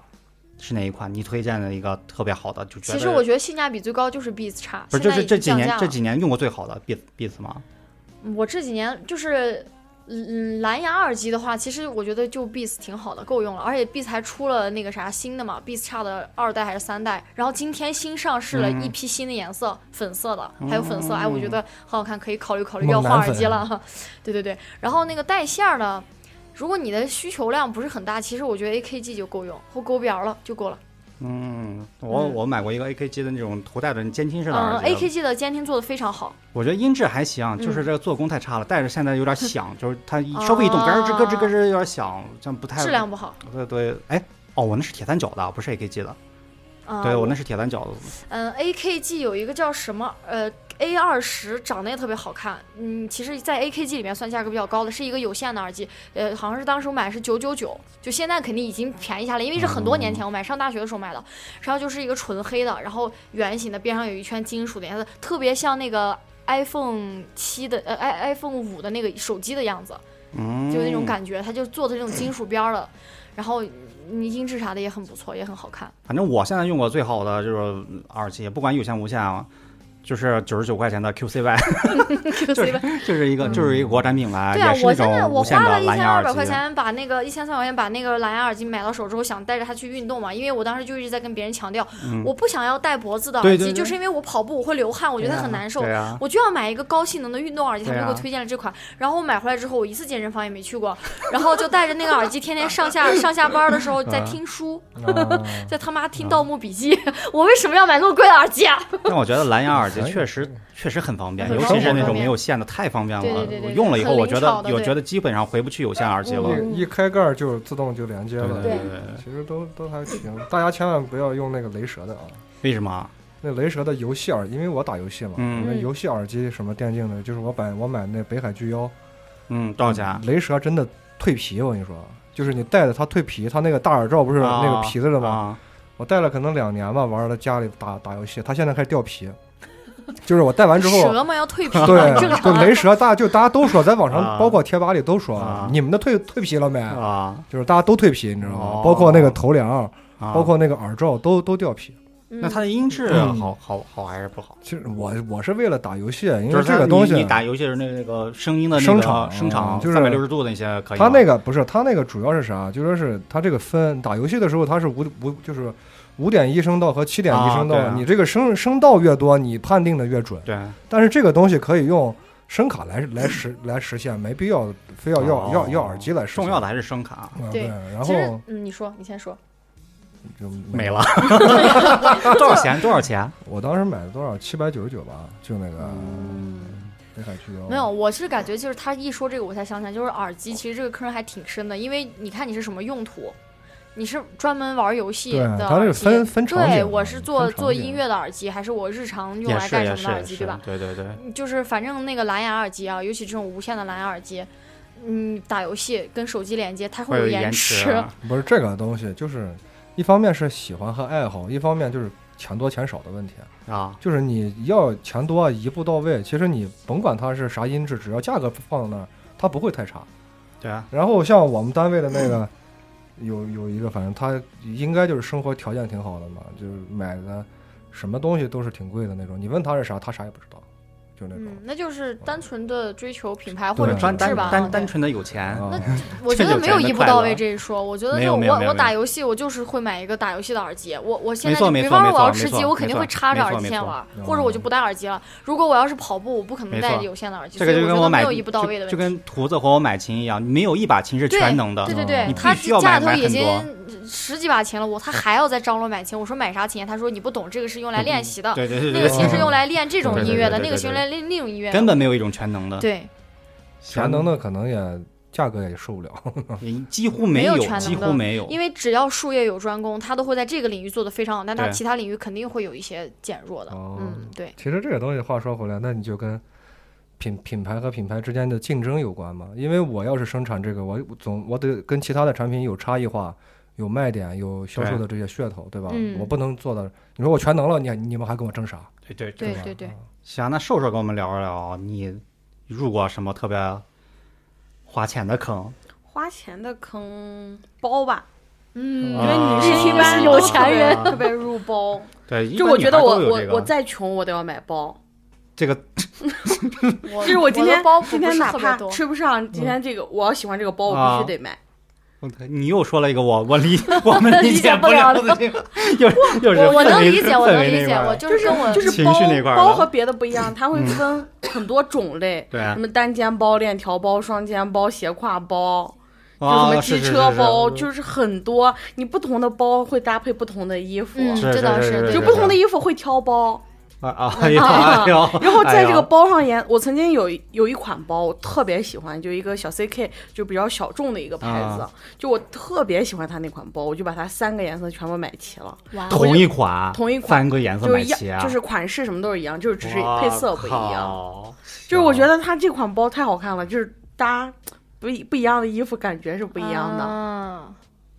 是哪一款？你推荐的一个特别好的，就觉得其实我觉得性价比最高就是 Beats 差，不是就是这几现在已经年降价这了几年用过最好的 Beats Beats 吗？嗯我这几年就是。嗯，蓝牙耳机的话，其实我觉得就 Beats 挺好的，够用了。而且 Beats 还出了那个啥新的嘛，Beats 差的二代还是三代。然后今天新上市了嗯哦一批新的颜色，粉色的，还有粉色，哎，我觉得很好看，可以考虑考虑猛要换男耳粉机了。 对对对，然后那个带线儿呢，如果你的需求量不是很大，其实我觉得 AKG 就够用，或勾边儿了就够了。嗯，我嗯我买过一个 AKG 的那种头戴的监听式的嗯耳机， ，AKG 的监听做的非常好，我觉得音质还行，嗯就是这个做工太差了，戴着现在有 点响，就是它一稍微一动，嘎吱咯吱咯吱有点响，像不太哦质量不好。对对，哎。哦，我那是铁三角的，不是 AKG 的。啊、对，我那是铁三角的。嗯，AKG 有一个叫什么呃 A 二十，长得也特别好看。嗯，其实，在 AKG 里面算价格比较高的，是一个有线的耳机。呃，好像是当时我买是九九九，就现在肯定已经便宜下来，因为是很多年前我买上大学的时候买的。然后就是一个纯黑的，然后圆形的，边上有一圈金属的颜色，特别像那个 iPhone 七的呃 i iPhone 五的那个手机的样子。嗯，就那种。感觉，它就做的这种金属边儿的，然后你音质啥的也很不错，也很好看。反正我现在用过最好的就是耳机，不管有线无线啊，就是九十九块钱的 QCY， QC 吧， 就是一个、就是一个国产品牌，对啊也，是我那现在种我无线花的了一蓝千牙二耳百机。块钱把那个一千三百块钱把那个蓝牙耳机买到手之后，想带着它去运动嘛，因为我当时就一直在跟别人强调，嗯我不想要戴脖子的对耳对机，对就是因为我跑步我会流汗，我觉得对啊很难受。对啊，我就要买一个高性能的运动耳机，他们就给我对啊推荐了这款。然后我买回来之后，我一次健身房也没去过，然后就带着那个耳机，天天 上下上下班的时候在啊听书，啊 在他妈听《盗墓笔记》 我为什么要买那么贵的耳机啊？但我觉得蓝牙耳机可以确实确实很方便，很尤方其便是那很方种便没有线的，太方便了。对对对对我用了以后，很我灵觉得巧的我对觉得基本上回不去有线耳机了。嗯一一开盖儿就自动就连接对了。对对对，其实都都还行，大家千万不要用那个雷蛇的啊，为什么？那雷蛇的游戏耳，因为我打游戏嘛，嗯那游戏耳机什么电竞的，就是我买我买那北海巨妖，嗯，多少钱？雷蛇真的蜕皮，我跟你说，就是你戴着它蜕皮，它那个大耳罩不是啊那个皮子的吗？啊，我戴了可能两年吧，玩了家里打打游戏，它现在开始掉皮， 就是我戴完之后。蛇嘛要蜕皮， 很正对，常就啊。雷蛇，大家就大家都说，在网上、啊包括贴吧里都说，啊你们的蜕蜕皮了没？啊就是大家都蜕皮，你知道吗？哦包括那个头梁，啊包括那个耳罩都都掉皮。嗯那它的音质嗯好好好还是不好？其实我我是为了打游戏，因就为是它这个东西你，你打游戏的时候那那个声音的那声个场声场就是三百六十度的那些可以吗？它那个不是它那个主要是啥？就说是它这个分打游戏的时候，它是五五就是五点一声道和七点一声道，啊对啊你这个声声道越多，你判定的越准。对但是这个东西可以用声卡来来实来实现，没必要非要要哦要要耳机来实现。重要的还是声卡。嗯对对，然其实后，嗯，你说，你先说。就没了，多少钱？多少钱？我当时买的多少？七百九十九吧，就那个嗯北海区没有，，我是感觉就是他一说这个，我才想起来，就是耳机其实这个坑还挺深的，因为你看你是什么用途，你是专门玩游戏对的，它耳是机分分场景对，的我是做分场做景音乐的耳机，还是我日常用也来是干也什么是的耳也机，是，对吧？对对对，就是反正那个蓝牙耳机啊，尤其这种无线的蓝牙耳机，嗯，打游戏跟手机连接，它会有有延迟啊。不是这个东西，就是一方面是喜欢和爱好，一方面就是钱多钱少的问题。啊。就是你要钱多一步到位，其实你甭管它是啥音质，只要价格放在那儿，它不会太差。对啊，然后像我们单位的那个，有有一个，反正他应该就是生活条件挺好的嘛，就是买的什么东西都是挺贵的那种。你问他是啥，他啥也不知道，就那种嗯。，那就是单纯的追求品牌或者对品专质单吧。单嗯单对纯的有钱，啊，我这觉得就没简有单一步快到乐位了这一说。我觉得没就有没有没我有我没打有游戏，我就是会买一个打游戏的耳机。我我现没在错就没比错方没说我要错吃没鸡，错我肯定没会错插着没耳错机没先错玩，或者我就不戴耳机了。如果我要是跑步，我不可能没戴错有线的耳机，这所个以就跟我觉得没买有一步到位的就，就问题。跟徒子和我买琴一样，没有一把琴是对全能的。哦对对嗯对你，他必须要价买都买已很经多十几把钱了，我他还要再张罗买琴。我说买啥琴？他说你不懂，这个是用来练习的，对对对那对，个对琴是嗯用来练这种对对音对乐的，对那个对琴对来练另一种音乐根的。本没有一种全能的，对，全能的可能也价格也受不了。你嗯几乎没没有有，全几能的乎没有，因为只要术业有专攻，他都会在这个领域做得非常好，但他对其他领域肯定会有一些减弱 的。哦嗯，对，其实这个东西话说回来，那你就跟品品牌和品牌之间的竞争有关嘛。因为我要是生产这个，我我总我得跟其他的产品有差异化、有卖点、有销售的这些噱头，对吧？嗯我不能做到，你说我全能了，你还你们还跟我争啥？对对对。对吧对对，行，那瘦瘦跟我们聊一聊，你入过什么特别花钱的坑？花钱的坑包吧，嗯因为女生一般是都有特钱别人。特别入 包。对，就我觉得我我我我再穷我都要买包，这个就就是我今天包 今不天是哪特别怕多，吃不上今天这个，我要喜欢这个包，我嗯啊必须得买。你又说了一个我我 理我们理理解解不了了的这个， 又是又是我我氛能围理解，我氛能围理那解，块儿我的就是跟我就是情包绪那块儿包的嗯和别的不一样，它会分很多种类， 对啊什么单肩包、链条包、双肩包、斜挎包，啊就什么是机是车是是包，就是很多。你不同的包会搭配不同的衣服，嗯，是这倒是是对是就不同的衣服会挑包。啊啊 哎呦啊哎呦，然后在这哎个呦包上沿，我曾经有一有一款包，我特别喜欢，就一个小 CK，就比较小众的一个牌子，啊就我特别喜欢它那款包，我就把它三个颜色全部买齐了，哇同一款同一款啊三个颜色就是买一齐样，啊，就是款式什么都是一样，就是只是配色不一哇样。靠。就是我觉得得它这款包太好看了，就是搭不一不一样的衣服，感觉是不不一样的。啊的。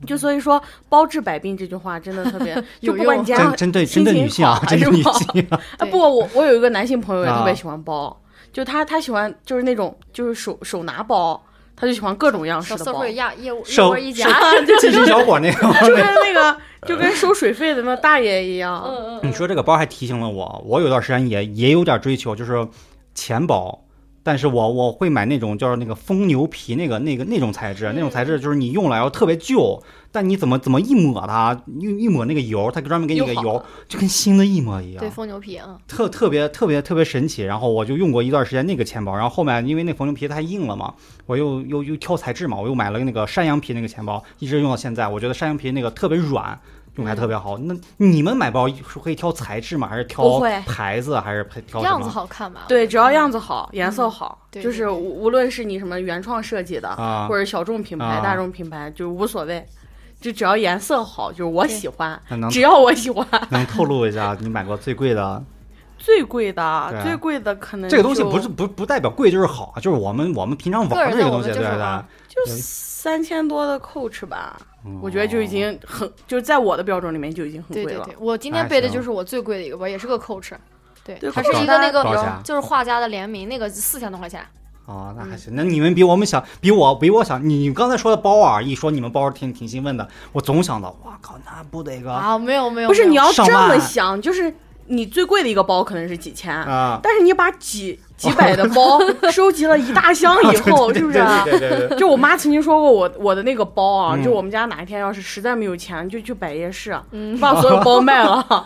就所以说“包治百病”这句话真的 特别，有就不管你用家针针对针对女性啊，针对女性 啊，啊，对不，我我有一个男性朋友也啊特别喜欢包，就他他喜欢就是那种就是手手拿包，他就喜欢各种样式小的色包，会压业务业收务一夹，金星小伙那个就跟那个就跟收水费的那大爷一样。嗯嗯 你说这个包还提醒了我，我有段时间也也有点追求，就是钱包，但是我我会买那种就是那个疯牛皮那个那个那种材质，那种材质嗯就是你用了然后特别旧，但你怎么怎么一抹它，一一抹那个油，它专门给你又个好油了，就跟新的一模一对，样，疯牛皮，嗯，特特别特别特别神奇。然后我就用过一段时间那个钱包，然后后面因为那个疯牛皮太硬了嘛，我又又又挑材质嘛，我又买了那个山羊皮那个钱包，一直用到现在。我觉得山羊皮那个特别软，用起来特别好。嗯那你们买包是会挑材质吗？还是不挑会牌子？啊还是挑什样子么？好看吧？对，只要样子好，颜色好，嗯对就是对对无无论是你什么原创设计的，啊或者小众品牌、啊大众品牌，就无所谓，就只要颜色好，就是我对喜欢，那能只要我喜欢。能透露一下你买过最贵的最贵的，对啊最贵的可嗯能这个东西就不是不不代表贵就是好，啊就是我们我们平常个玩的人的这个东我们西，就对是对玩对。就三千多的 Coach 吧，嗯我觉得就已经很，就是在我的标准里面就已经很对贵对了。对，我今天哎背的行就是我最贵的一个包，也是个 Coach，对对，它是，Coach 一个那多少个钱就是画家的联名，那个四千多块钱，哦，嗯那还行，那你们比我们想，比我比我想，你你刚才说的包啊，一说你们包挺挺兴奋的，我总想到，哇靠，那不得个啊，没有没有，不是没有你要上这么万想，就是你最贵的一个包可能是几千，啊，但是你把几几百的 包收集了一大箱以后，是不啊是？哦对对对对，就我妈曾经说过我我的那个包啊，嗯就我们家哪一天要是实在没有钱，就去百叶市，啊嗯把所有包卖 了，哦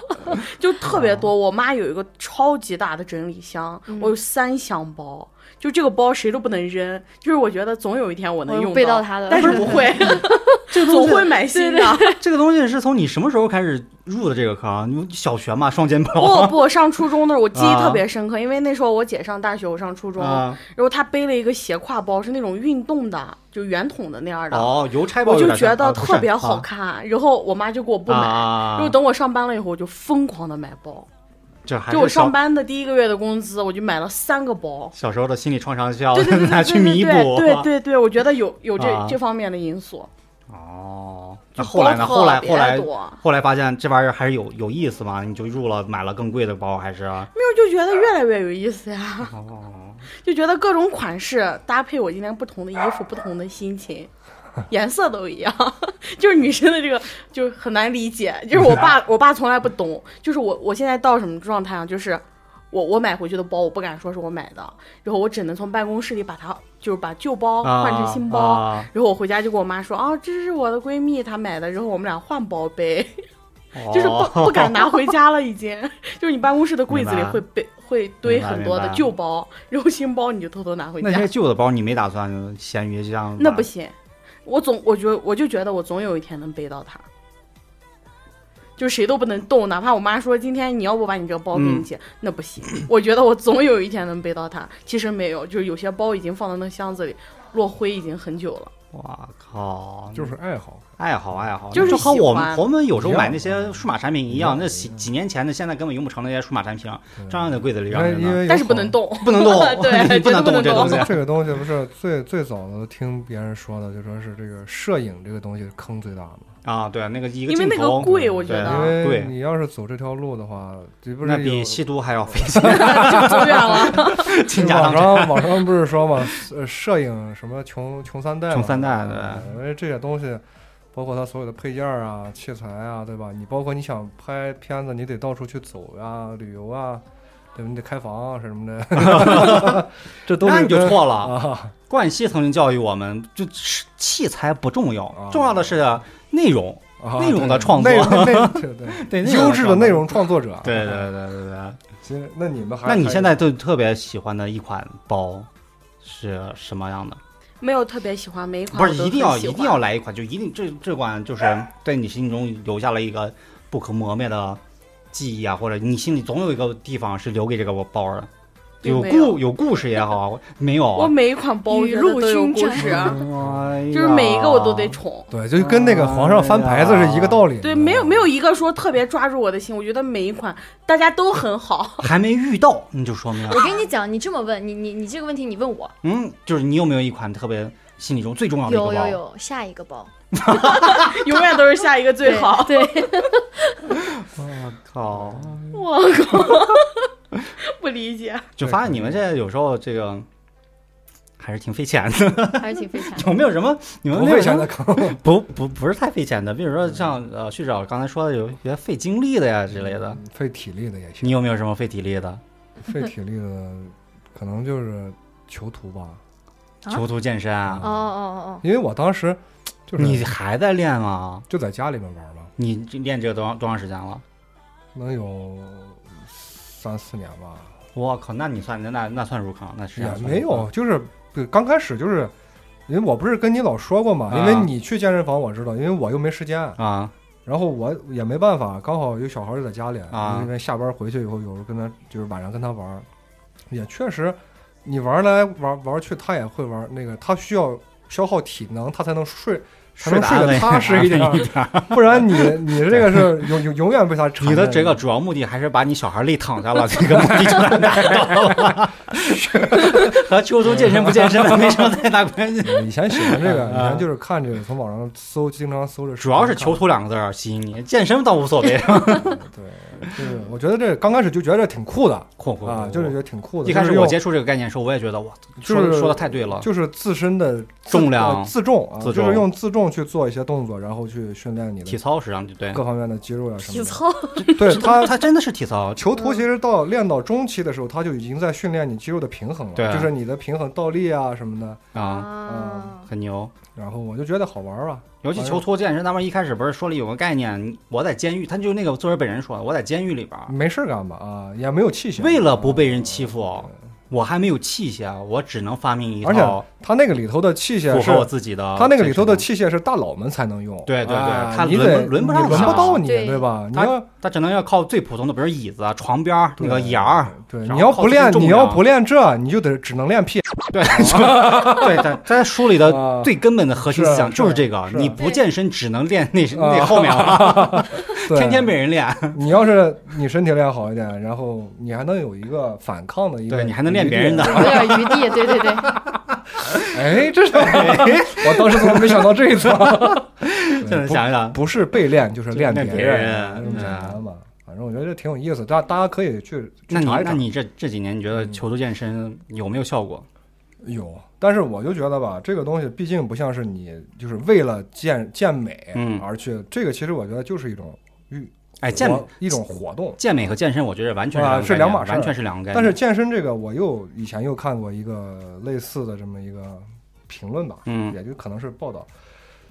就特别多。我妈有一个超级大的整理箱，嗯我有三箱包。就这个包谁都不能扔，就是我觉得总有一天我能用背到它的，但是不会， 这个东总会西，买新的。这个东西是从你什么时候开始入的这个坑？你小学嘛，双肩不包不，上初中的时候我记忆哦啊特别深刻，因为那时候我姐上大学，我上初中，啊，然后她背了一个斜挎包，是那种运动的，就圆筒的那样的，哦，邮差包我有就点觉像得啊不特是别啊好看。然后我妈就给我不买，啊然后等我上班了以后，我就疯狂的买包，这还就是我上小班的第一个月的工资，我就买了三个包。小时候的心理创伤需要对对对哦 拿对去弥对补。对对对对，我觉得有有这、啊这方面的因素。哦，那就后来呢？包后来特后来别多后来发现这玩意儿还是有有意思嘛，你就入了买了更贵的包，还是啊没有就觉得越来越有意思呀，哦， 就觉得各种款式搭配我今天不同的衣服，不同的心情。颜色都一样， 就是女生的这个就很难理解。就是我爸， 我爸从来不懂。就是我，我现在到什么状态啊？就是我我买回去的包，我不敢说是我买的，然后我只能从办公室里把它，就是把旧包哦换成新包。啊然后我回家就跟我妈说啊，这是我的闺蜜她买的，然后我们俩换包呗， 哦就是不不 敢拿回家了，已经。 就是你办公室的柜子里明白会被会堆明白很多的明白旧包，然后新包你就偷偷拿回那些家，旧的包你没打算闲鱼这样？那不，行。我总我觉我就觉得我总有一天能背到它，就谁都不能动，哪怕我妈说今天你要不把你这个包给你嗯姐，那不行。我觉得我总有一天能背到它，其实没有，就是有些包已经放到那箱子里落灰已经很久了。我靠，就是爱好。爱好爱好，就是就和我喜们欢我们有时候一样买那些数码产品一一样样，那几几年前的现在根本用不成那些数码产品，照样在柜子里因让为着因呢，为有但是不好能动，，不能动对 你不能绝对不能这动东西。这个东西不是最最早的听别人说的，就说是这个摄影这个东西坑最大的，啊，对，那个一个因为镜那个头，贵，我觉对得因为啊对你要是走这条路的话，这不是那有比吸毒还要费就走远了。 倾家网荡产。上网上不是说嘛，呃，摄影什么穷穷三代嘛，穷三代对嗯因为这些东西，包括它所有的配件儿啊、器材啊，对吧？你包括你想拍片子，你得到处去走啊、旅游啊，对吧？你得开房啊什么的， 这都是那你就跟错了。啊，冠希曾经教育我们，就是器材不重要啊，重要的是内容，啊内容对的创作内容 内对对对优质的内容。容创作者。对对对对对。其实那你们还那你现在最特别喜欢的一款包是什么样的？没有特别喜欢，每一款不是我都一定要很喜一欢定要来一款，就一定这这款就是在你心中留下了一个不可磨灭的记忆啊，或者你心里总有一个地方是留给这个包的，并有没有故有故事也 好，没有我啊，每一款包我觉得雨露都有均故沾事，哎呀就是每一个我都得宠。对，就跟那个啊皇上翻牌子是一个道理。嗯对，没有没有一个说特别抓住我的心，我觉得每一款大家都 很好。还没遇到，那就说明我跟你讲，你这么问，你你你这个问题你问我，嗯，就是你有没有一款特别心里中最重要的一个有包？有有，下一个包永远都是下一个最好。对，哦我靠！ 我靠，不理解。就发现你们这有时候这个还是挺费钱的，对还是挺费 钱的。有没有什么你们不没有会什想么的 坑。不不不是太费钱的，比如说像呃旭长刚才说的有一些费精力的呀之类的，嗯费体力的也你行，有没有什么费体力的？费体力的可能就是囚徒吧，啊囚徒健身啊哦？哦因为我当时就是你还在练吗？就在家里面玩嘛，你练这个多长多长时间了？能有三四年吧，我靠，那你算那那那算入坑，那是啊也没有，就是对刚开始就是。因为我不是跟你老说过嘛，啊因为你去健身房我知道，因为我又没时间，啊然后我也没办法，刚好有小孩儿就在家里，啊因为下班回去以后，有时候跟他就是晚上跟他玩儿，也确实，你玩儿来玩儿玩儿去，他也会玩儿那个，他需要消耗体能，他才能睡，才能睡得得踏实一啊点儿， 不然你你这个是永永永远被他缠 你的 着这 个主要目的还是把你小孩累躺下了，这个目的就能达到了， 和秋叔健身不健身的没什么太大关系。以前喜欢这个，以啊前就是看这个，从网上搜，经常搜这视主频看，要是“囚徒”两个字儿啊吸引你，健身倒无所谓。对，就是我觉得这刚开始就觉得这挺酷的酷酷啊，就是觉得挺酷的。一开就始是我用接触这个概念的时候，我也觉得哇，就说是的说的太对了。就是自身的自啊重量呃自重啊，自重就是用自重去做一些动作，然后去训练你体的操实际上就对，各方面的肌肉呀、啊什体么的。操，对他他，他真的是体操，囚嗯徒其实到练到中期的时候，他就已经在训练你肌肉的平衡了，对就是你的平衡倒立啊什么的。啊，啊，很牛。然后我就觉得好玩啊，尤其囚徒健身，他们一开始不是说了有个概念，你我在监狱，他就那嗯个作者本人说的，我在监狱里边儿，没事儿干嘛啊，也没有器械，为了不被人欺负，我还没有器械，我只能发明一而且套它那个里头的器械符是合我自己的。它那个里头的器械是大佬们才能用，对对对哎它你轮得不轮不你上轮不它到你，对对吧？你它要它只能要靠最普通的，比如椅子啊、床边儿那个对沿儿。对，然后你要靠自不己练，重你要量不练这，你就得只能练屁。对， 就对，它它书里哦啊的最根本的核心是啊思想就是是啊这个：是啊你不健身，只能练那啊那后面了， 对天天被人练。你要是你身体练好一点，然后你还能有一个反抗的一个，对你还能练别人的。有点余地，对对对， 哎，这是我当时怎么没想到这一层？ 现在不想一想，不是被练就是练练别人，人这么简嗯单嘛？反正我觉得这挺有意思，大大家可以去去那你查一那查。你这这几年你觉得球球健身有没有效果？有，但是我就觉得吧，这个东西毕竟不像是你就是为了健健美嗯而去，这个其实我觉得就是一种哎，健活一种活动。健美和健身，我觉得完全啊是是两两个概码念事儿完全是两个概念。但是健身这个，我又以前又看过一个类似的这么一个评论吧，嗯也就可能是报道。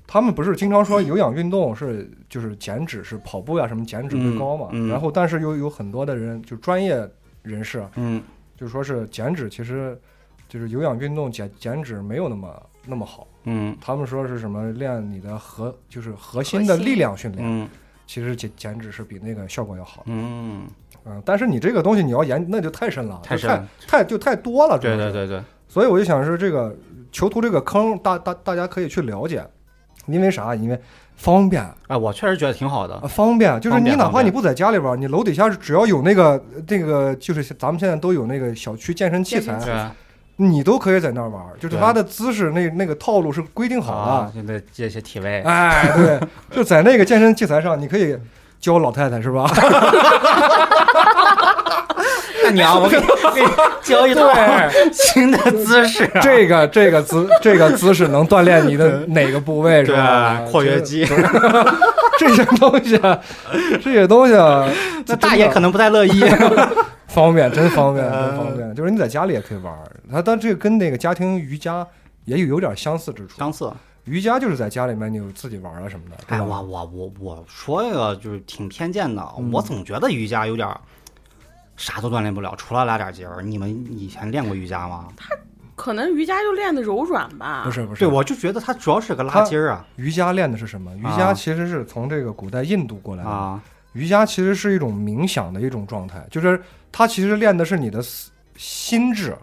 他们不是经常说有氧运动是就是减脂是跑步呀、什么减脂嗯会高嘛？嗯然后但是又有很多的人就专业人士啊嗯，就说是减脂其实就是有氧运动减减脂没有那么那么好。嗯他们说是什么练你的核就是核心的核心力量训练，嗯其实减减脂是比那个效果要好的。嗯，嗯，但是你这个东西你要研那就太深了，太就深了太太就太多了。主要对是对对对，所以我就想是这个囚徒这个坑，大大大家可以去了解，因为啥？因为方便啊，哎，我确实觉得挺好的。方便，就是方你便哪方怕便你不在家里边儿，你楼底下只要有那个那个，就是咱们现在都有那个小区健身器健身材，对你都可以在那儿玩儿，就是对它的姿势那那个套路是规定好啊，现在这些体位的，，哎，对，就在那个健身器材上，你可以教老太太是吧？ 那娘，我给你给你教一套新的姿势， 这个这个姿这个姿势能锻炼你的哪个部位是对啊吧？，括约肌。这些东西，啊 这些东西，啊那大爷可能不太 乐意。 方便，真方便，嗯真方便。就是你在家里也可以玩儿，它但这个跟那个家庭瑜伽也有有点相似之处。相似，瑜伽就是在家里面你有自己玩儿啊什么的。哎，对吧我我我我说一个就是挺偏见的，嗯我总觉得瑜伽有点儿啥都锻炼不了，除了拉点筋儿。你们以前练过瑜伽吗？可能瑜伽就练的柔软吧。不是不是，啊对，我就觉得它主要是个拉筋儿啊瑜伽练的是什么？瑜啊伽其实是从这个古代印度过来的。啊，瑜伽其实是一种冥想的一种状态，就是它其实练的是你的思心智，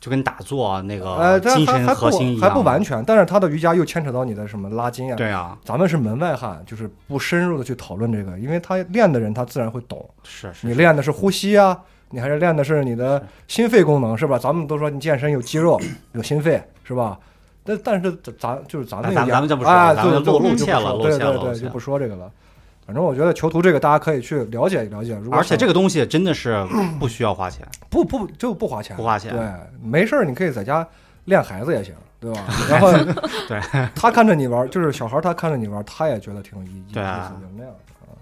就跟打坐那呃，个但精还神还核心一不样，还不完。全，但是它的瑜伽又牵扯到你的什么拉筋啊。对啊，咱们是门外汉，就是不深入的去讨论这个，因为他练的人他自然会懂。是是你练的是呼吸啊，你还是练的是你的心肺功能是吧？咱们都说你健身有肌肉有心肺是吧？但但是咱咱就是咱们哎咱也咱们就不说啊，咱们对就露就露就怯了不说露对怯了对露对，怯就了不说这个了。反正我觉得囚徒这个大家可以去了解一了解，如果而且想这个东西真的是不需要花 钱，不不就不花钱，不花钱对，没事儿你可以在家练孩子也行，对吧？然后对 他看着你玩儿，就是小孩儿他看着你玩儿，他也觉得挺有意意意思，对啊就那样。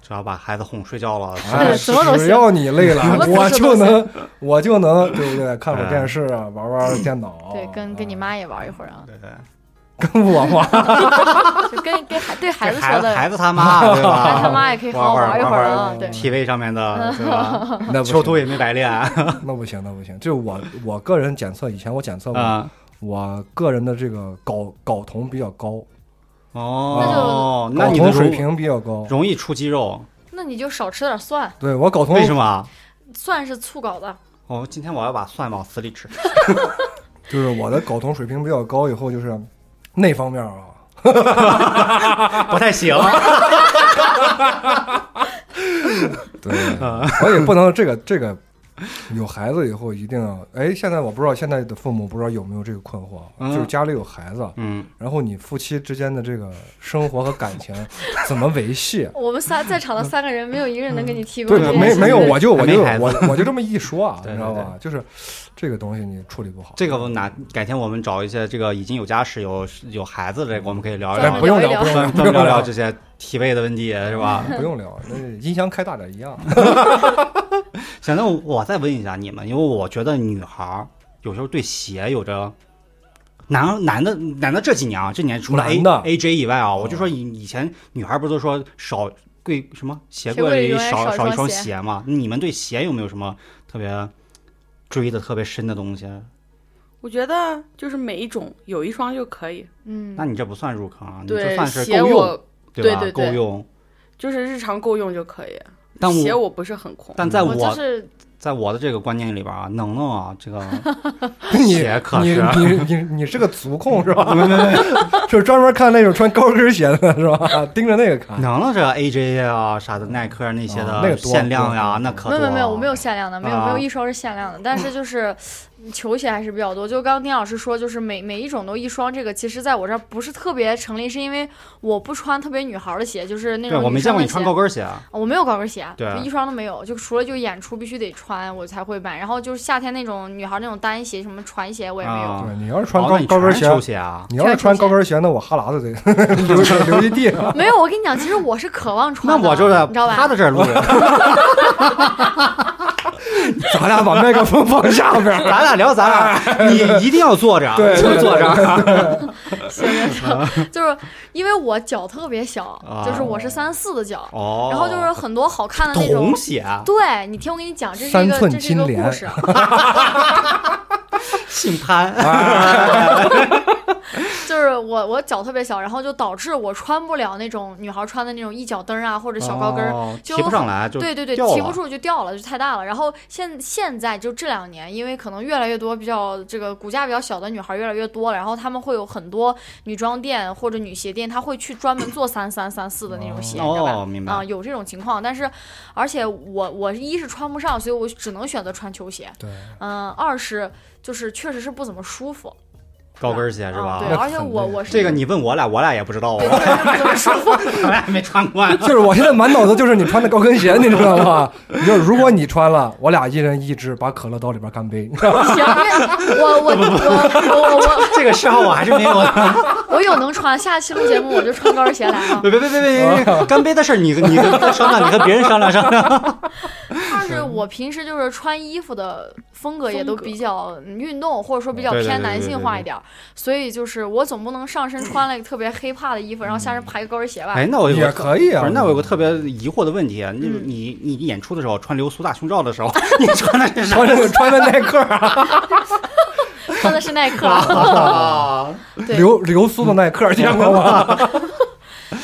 只要把孩子哄睡觉了，哎，什么都行只要你累了什么，姿势我就都行能，我就能，对不对？看会儿电视啊，玩玩电脑。对，跟 跟你啊，妈也玩一会儿啊，对对，跟我妈， 就跟跟孩对孩这子孩说子的，孩子他妈对吧？孩子他妈也可以好好玩一会儿啊，玩会对儿， TV 上面的 对吧？那不囚徒行，也没白练啊那不行，那不行。就我我个人检测，以前我检测啊嗯过，我个人的这个睾睾酮比较高，哦，那睾你的酮水容平比哦较高。容易出肌肉，那你就少吃点蒜，对我睾酮为什么？蒜是促睾的，哦，今天我要把蒜往死里吃。 就是我的睾酮水平比较高，以后就是那方面啊，不太 行。对，所啊以不能这个这个有孩子以后一定要哎，现在我不知道现在的父母不知道有没有这个困惑，啊嗯就是家里有孩子，啊嗯，然后你夫妻之间的这个生活和感情 怎么维系？啊我们仨在场的三个人，没有一个人能给你提供对这，件没事没有，情我就我还没就孩子我我就这么一说啊，对你对知道吧？就是这个东西你处理不好，这个我哪改天我们找一些这个已经有家室、有有孩子的，我们可以聊一哎聊，不用聊一聊，不用专聊，专门聊聊这些体位的问题，是吧？不用聊，那音箱开大点一样。行，那我再问一下你们，因为我觉得女孩儿有时候对鞋有着。男男的男的这几年啊，这几年除了 A 男的嗯 A J 以外啊，我就说以以前女孩不都说少柜什么鞋柜里鞋柜里永远少少一双一双鞋鞋嘛？你们对鞋有没有什么特别追的特别深的东西，啊我觉得就是每一种有一双就可以。嗯那你这不算入坑啊，你这对算，是鞋够用，我吧？对对够对用。就是日常够用就可以。但鞋我我不是很空，但在我我就是在我的这个观念里边啊，能能啊，这个你鞋可你是啊你你你是个足控是 吧？ 就是专门看那种穿高跟鞋的是吧？盯着那个看。能能这 AJ 啊啥的，耐克那些啊那的个多限量呀多，那可没多啊有没有没有，我没有有限量的，没有、没有一双是限量的，但是就是嗯球鞋还是比较多。就刚刚丁老师说，就是每每一种都一双，这个其实在我这儿不是特别成立，是因为我不穿特别女孩儿的鞋，就是那对种我没女见生过你的穿鞋。高跟鞋啊，我没有高跟鞋，对啊就一双都没有，就除了就演出必须得穿我才会买，然后就是夏天那种女孩那种单鞋什么船鞋我也没有，啊对，你要是穿哦高那你高跟全鞋是，球鞋啊，你要是穿高跟鞋，那我哈喇子 得流流一地。没有。我跟你讲，其实我是渴望那穿的，我就是你知道吧？趴在这儿录着，咱俩把麦克风 放下边儿，咱俩聊咱俩，你一定要坐着啊， 对就对坐着。行行 行，就是因为我脚特别小，啊就是我是三四的脚，哦，然后就是很多好看的那种童。鞋，对你听我给你讲，这是三一个寸这是一个金莲故事， 姓潘，就是我我脚特别小，然后就导致我穿不了那种女孩穿的那种一脚蹬啊或者小高跟儿，哦就提不上来，就对对对，掉了提不住就掉了，就太大了。然后现现在就这两年，因为可能越来越多比较这个骨架比较小的女孩越来越多了，然后她们会有很多女装店或者女鞋店，她会去专门做三三三四的那种鞋，你知道吧？哦，明啊、白。有这种情况，但是，而且我我一是穿不上，所以我只能选择穿球鞋。对，嗯、二是就是确实是不怎么舒服，高跟鞋哎是吧嗯、？对，那而且肯我定我是这个你问我俩，我俩也不知道对啊，确实是不怎么舒服。我俩也没穿过。就是我现在满脑子就是你穿的高跟鞋，你知道吗？你就如果你穿了，我俩一人一只，把可乐倒里边 干杯。行，那我我我我我这个嗜好我还是没有的。我有能穿，下期录节目我就穿高跟鞋来 啊。别别别别别别，干杯的事儿你你你跟商量，你和别人商量商量。但是我平时就是穿衣服的风格也都风格比较嗯运动，或者说比较对对偏对男对性对化对一点儿，所以就是我总不能上身穿了一个特别黑怕的衣服，然后下身爬一个高跟鞋吧。哎，那我有也个可以不啊是，，那我有个特别疑惑的问题，你嗯你你演出的时候穿流苏大胸罩的时候， 你穿 的是啥穿着穿着耐克儿啊，穿的是耐克啊，啊？对流流苏的 耐克儿，见过吗？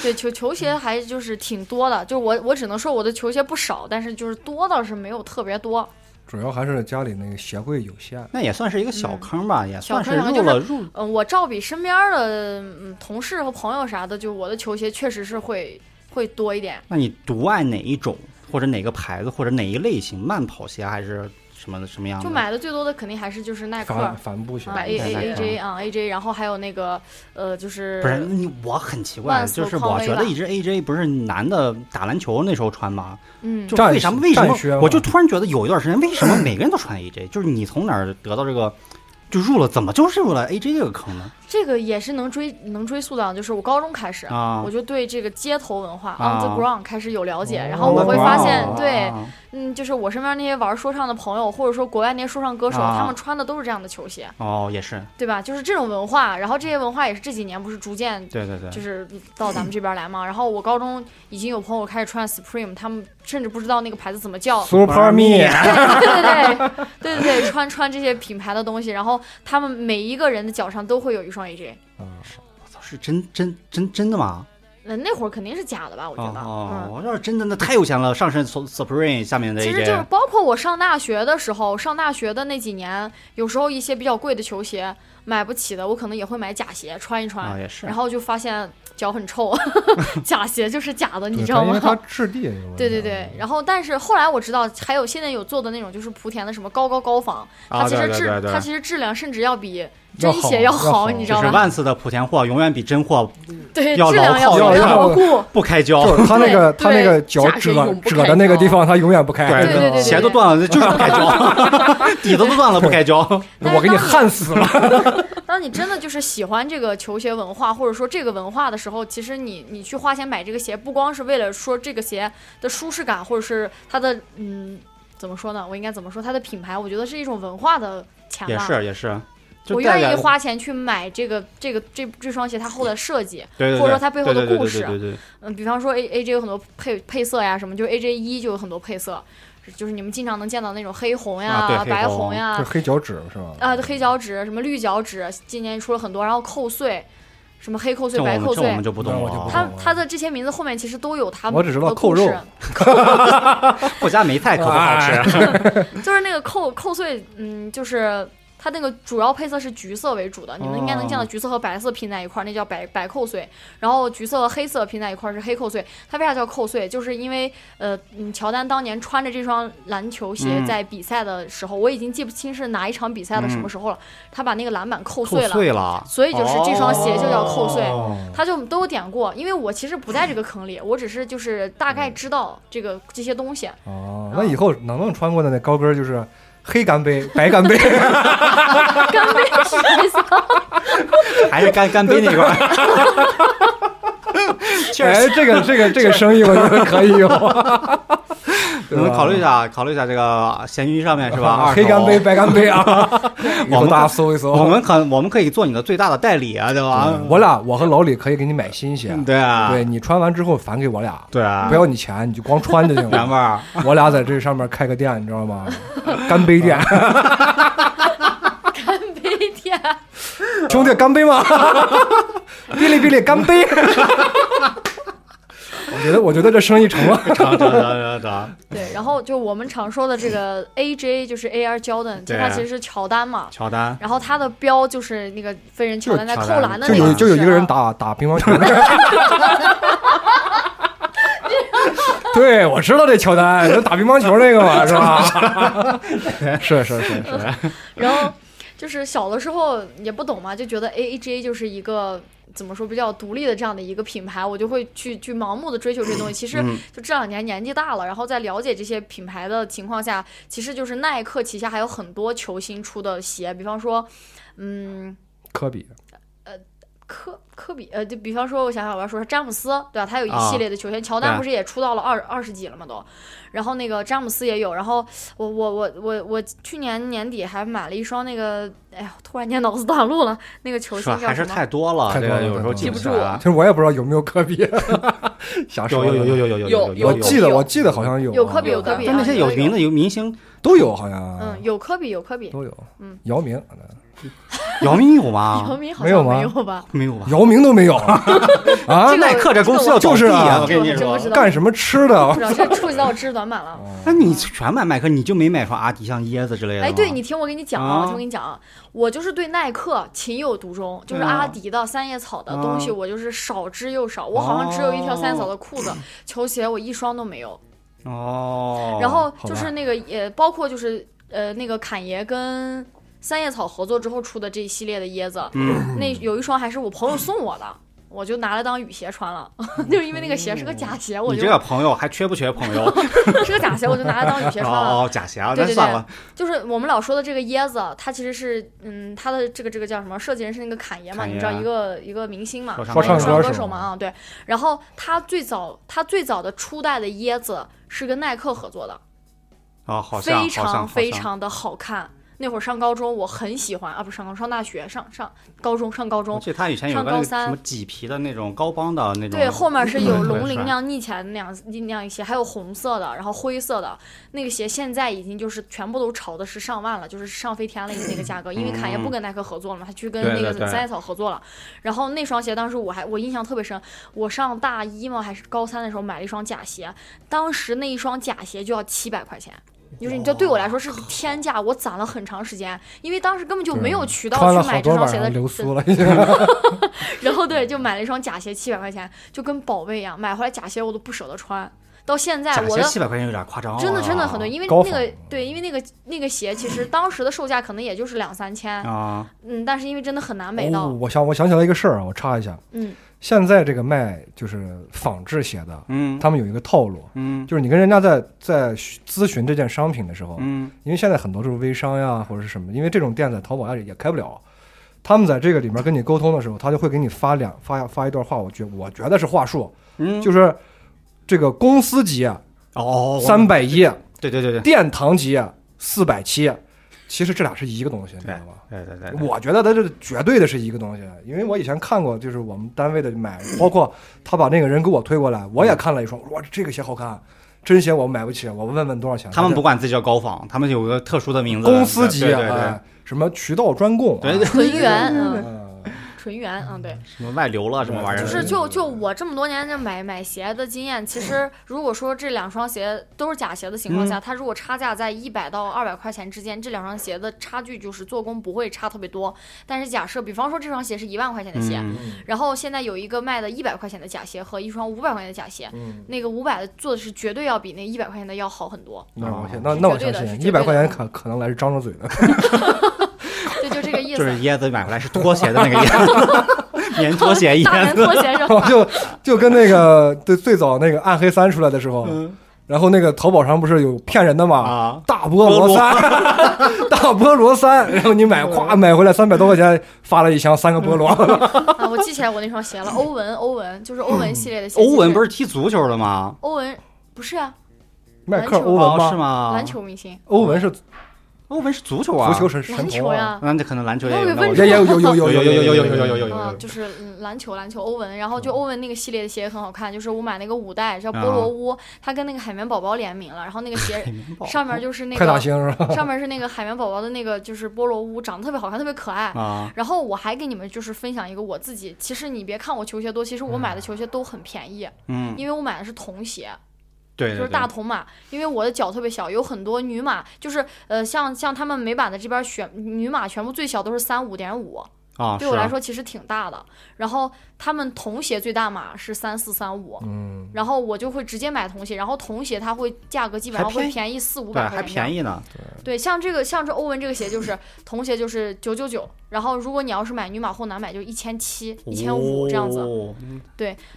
对球球鞋还就是挺多的，就我我只能说我的球鞋不少，但是就是多倒是没有特别多。主要还是家里那个鞋柜有限。那也算是一个小坑吧，也算嗯小坑入然了后入。嗯，我照比身边儿的嗯同事和朋友啥的，就我的球鞋确实是会会多一点。那你独爱哪一种，或者哪个牌子，或者哪一类型？慢跑鞋还是什么的什么样的？就买的最多的肯定还是就是耐克帆帆布鞋啊，A 耐 A A 克 J 啊 A J，然后还有那个呃就是不是你，我很奇怪，万斯就是匡我威觉吧得一直 AJ 不是男的打篮球那时候穿吗？嗯就战为什么靴为什战啊靴么嘛我就突然觉得有一段时间，为什么每个人都穿 AJ？就是你从哪儿得到这个，就入了怎么就是入了 AJ 这个坑呢？这个也是能追能追溯到，就是我高中开始。啊我，就对这个街头文化、啊 on the ground 开始有了解，哦然后我会发现，哦对，嗯，就是我身边那些玩说唱的朋友，或者说国外那些说唱歌手，啊他们穿的都是这样的球鞋，哦，也是，对吧？就是这种文化，然后这些文化也是这几年不是逐渐对对对就，是到咱们这边来嘛。然后我高中已经有朋友开始穿 Supreme，他们甚至不知道那个牌子怎 么叫， Super Me，对对对对对对，穿穿这些品牌的东西，然后他们每一个人的脚上都会有一双 AJ。嗯我操是真真真真的吗？那那会儿肯定是假的吧？我觉得，哦，嗯，我要是真的，那太有钱了，上身 Su- Supreme 下面的其实就是 AJ，包括我上大学的时候，上大学的那几年，有时候一些比较贵的球鞋买不起的，我可能也会买假鞋穿一啊，穿，也是然，后就发现脚很臭， 假鞋就是假的，你对知它道因为它吗？质地有问题。啊对对对，然后但是后来我知道，还有现在有做的那种就是莆田的什么高高高仿，它啊，其对实对质对对它。其实质量甚至要比要真鞋好要好，好你知就道是吗？万斯的莆田货永远比真货对，要质牢量靠要要牢 固。不开胶，就是它那个对它那个对脚假褶鞋永不褶开的那个胶地方，它永远不开。对你知道对对吗对鞋都断了，就是不开胶， 底子都断了不开胶。但是我给你当焊死了。当你真的就是喜欢这个球鞋文化，或者说这个文化的时候，其实你你去花钱买这个鞋，不光是为了说这个鞋的舒适感，或者是它的嗯，怎么说呢？我应该怎么说？它的品牌，我觉得是一种文化的钱也吧。是也是，就我带愿意感花钱去买这个这个这这双鞋它后的设计，对对对或者说它背后的对对对故事对对对对嗯，比方说 A A J 有很多配配色呀，什么就是 A J 一就有很多配色，就是你们经常能见到那种黑红呀、啊对黑白红红呀这， 黑脚趾是吧？啊、黑脚趾、什么绿脚趾，今年出了很多，然后扣碎，什么黑扣这碎、我白们扣这我碎们，就不懂那我就不了懂 啊。它它的这些名字后面其实都有它们我只知道的扣故事肉我家梅菜可不好哎吃，就是那个扣扣碎，嗯，就是它那个主要配色是橘色为主的，你们应该能见到橘色和白色拼在一块儿，那叫白白扣碎。然后橘色和黑色拼在一块儿是黑扣碎。它为啥叫扣碎？就是因为呃，嗯乔丹当年穿着这双篮球鞋嗯在比赛的时候，我已经记不清是哪一场比赛的什么时候了，他把那个篮板扣扣 碎了，碎了。所以就是这双鞋就叫扣碎。哦他就都有点过，因为我其实不在这个坑里，我只是就是大概知道这个这些东西。哦，那以后能不能穿过的那高跟儿就是黑干杯、白干 杯？干杯是白色还是干干杯那一块 儿。确实哎，这个这个这个生意我觉得可以哦有，你们考虑一下，考虑一下这个闲鱼上面是 吧？二手啊黑干杯、，白干杯 啊！以后大家搜一 搜。我们可我们可以做你的最大的代理啊，对吧嗯？我俩，我和老李可以给你买新鞋，对啊，嗯对你穿完之后返给我俩，对啊不，要你钱，你就光穿就行原味了。儿。我俩在这上面开个店，你知道吗？ 干杯店，干杯店。嗯兄弟干杯 吗？ 哔哩哔哩干杯！ 我觉得，我觉得这生意成了。长长长长，对，然后就我们常说的这 个 AJ 就是 AR Jordan，其对实它其实是乔丹嘛。乔丹，然后它的标就是那个飞人乔丹在就是扣乔丹篮的就那有个就有一个姿势人啊，打打乒乓球。 对，我知道这乔丹，就打乒乓球那个嘛，是吧？ 是是是是，然后就是小的时候也不懂嘛，就觉得 AJ 就是一个怎么说比较独立的这样的一个品牌，我就会去去盲目的追求这些东西。其实嗯就这两年年纪大了，然后在了解这些品牌的情况下，其实就是耐克旗下还有很多球星出的鞋，比方说，嗯。科比科科比，呃，就比方说，我想想，我要说詹姆斯，对吧？他有一啊系列的球鞋，乔对丹不是也出到了二二十几了嘛都，然后那个詹姆斯也有，然后我我我我我去年年底还买了一双那个，哎呀，突然间脑子短路了，那个球是吧星还叫是什么？太多了，太这多了个有时候记记不起住来其。实我也不知道有没有科比， 瞎有啊说。有有有有有有我有，记得我记得好像有有科比，啊有科比，但那些有名的，的有明星，都有好像，嗯，有科比，有科比，都有。嗯，姚明，姚明啊有姚吗？明好没有像吗没有吧？没有吧？姚明 都没有啊这？个耐克这公司这个要我倒就是闭啊我这跟个你我真说不。知道，干什么吃的不？ 知道这触及到我知识短板了。那你全买耐克，你就没买双阿迪像椰子之类的吗？哎，对你听我跟你讲啊啊，我听我跟你讲啊，我就是对耐克情有独钟，就是阿迪的、三叶草的东西，嗯啊我就是少之又少。我好像只有一条三叶草的裤子，球鞋我一双都没有。哦，然后好吧就是那个也包括就是呃那个侃爷跟三叶草合作之后出的这一系列的椰子，嗯那有一双还是我朋友送我的。我就拿来当雨鞋穿了， 就是因为那个鞋是个假鞋，我你就这个朋友还缺不缺 朋友？是个假鞋，我就拿来当雨鞋 穿了。哦，假鞋啊，对那对算了，就是我们老说的这个椰子，它其实是，嗯，它的这个这个叫什么？设计人是那个侃爷嘛，侃爷啊你知道一个一个明星嘛，说然唱后歌手说唱歌说唱歌手嘛啊，对。然后他最早他最早的初代的椰子是跟耐克合作的，哦，好像非好常像非好像常的好看。那会儿上高中，我很喜欢啊，不是上高上大学，上上高中上高我中，记得他以前有上个高那三什么麂皮的那种高帮的那种，对，后面是有嗯龙鳞对那样逆起来的那样那样一鞋，还有红色的，然后灰色的那个鞋，现在已经就是全部都炒的是上万了，就是上飞天了那个价格，因为侃爷不跟耐克合作了嘛，他去跟对那对个对三叶草合作了。然后那双鞋当时我还我印象特别深，我上大一嘛还是高三的时候买了一双假鞋，当时那一双假鞋就要七百块钱。就是你这对我来说是天价，我攒了很长时间，因为当时根本就没有渠道啊穿了去买好这多双晚鞋的上流苏了，已经。然后对，就买了一双假鞋，七百块钱，就跟宝贝一样。买回来假鞋我都不舍得穿，到现在假我鞋哦的七百块钱有点夸张了，真的真的很多，因为高那仿个对，因为那个那个鞋其实当时的售价可能也就是两三千，啊，嗯，但是因为真的很难买到，哦，我想我想起来一个事儿啊，我插一下，嗯，现在这个卖就是仿制鞋的，嗯他们有一个套路，嗯就是你跟人家在在咨询这件商品的时候，嗯，因为现在很多就是微商呀或者是什么，因为这种店在淘宝呀也开不了。他们在这个里面跟你沟通的时候，他就会给你发两发发一段话，我觉我觉得是话术，嗯就是这个公司级啊哦，我三百一，啊对对对对，殿堂级四百七，啊其实这俩是一个东西，你知道吗？对对对，我觉得它这绝对的是一个东西，啊因为我以前看过，就是我们单位的 买，包括他把那个人给我推过来，我也看了一双，我说哇，这个鞋好看，啊真鞋我买不起，啊我问问多少钱。他们不管自己叫高仿，他们有个特殊的名字，公司级对啊，对对哎什么渠道专供啊，对对纯元，嗯，嗯纯元，嗯，对。什么外流了什么玩意儿就的，是就就我这么多年这买买鞋的经验，其实如果说这两双鞋都是假鞋的情况下，它如果差价在一百到二百块钱之间，这两双鞋的差距就是做工不会差特别多。但是假设，比方说这双鞋是一万块钱的鞋，嗯然后现在有一个卖的一百块钱的假鞋和一双五百块钱的假鞋， 嗯，哦那个五百的做的是绝对要比那一百块钱的要好很多。那我信，是那那我绝对相的是信，绝一百对块的钱可可能来是张张嘴的， 对，就这个意就思。是椰子买回来是拖鞋的那个椰子， 棉拖鞋大 椰棉子，拖鞋是我吧？就就跟那个对最早那个《暗黑三》出来的时候，嗯然后那个淘宝上不是有骗人的嘛？啊大菠萝三，大菠萝三，然后你买，咵买回来三百多块钱，发了一箱三个菠萝。啊，我记起来我那双鞋了，欧文，欧文就是欧文系列的嗯鞋。欧文不是是踢足球的吗？欧文，不是啊，迈克尔篮·欧球文哦，是吗？吗？篮，球明星。欧文是足欧文是足球啊，球神神篮童球啊，呀、那这可能篮球也我以有为那我温觉也得州也有有有有有有有有有有有哦有啊，就是嗯篮球，篮球，欧文，然后就欧文那个系列的鞋也很好看，就是我买那个五代叫菠萝屋，它跟那个海绵宝宝联名了，然后那个鞋啊海绵宝上面就是那快打个星是吧？上面是那个海绵宝宝的那个就是菠萝屋，长得特别好看，特别可爱。啊，然后我还给你们就是分享一个我自己，其实你别看我球鞋多，其实我买的球鞋都很便宜，嗯，因为我买的是童鞋，对，对就是对大童码，因为我的脚特别小，有很多女码，就是呃像像他们美版的这边选女码全部最小都是三五点五，啊，对是我啊来，说其实挺大的。然后他们童鞋最大码是三四三五，嗯，然后我就会直接买童鞋，然后童鞋它会价格基本还上会便宜便宜四五对，百还块钱便宜。宜呢，对，像这个像这欧文这个鞋就是童鞋就是九九九，然后如果你要是买女码或男买就一千七、一千五这样子。哦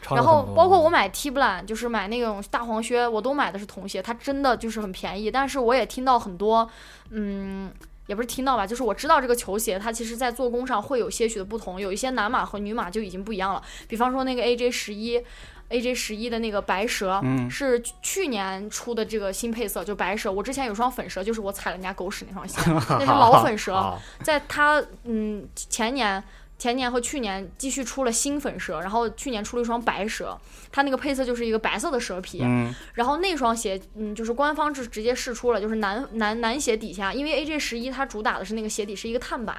差了然后很多包括我买 T b l a n 就是买那种大黄靴，我都买的是童鞋，它真的就是很便宜。但是我也听到很多，嗯，也不是听到吧，就是我知道这个球鞋它其实在做工上会有些许的不同，有一些男码和女码就已经不一样了。比方说那个 AJ 十一。AJ 十一的那个白蛇、嗯是去年出的这个新配色，就白蛇。我之前有双粉蛇，就是我踩了人家狗屎那 双鞋，那是老粉蛇。啊，在它嗯前年、前年和去年继续出了新粉蛇，然后去年出了一双白蛇，它那个配色就是一个白色的蛇皮，嗯，然后那双鞋嗯就是官方是直接试出了，就是男男男鞋底下，因为 AJ 十一它主打的是那个鞋底是一个碳板。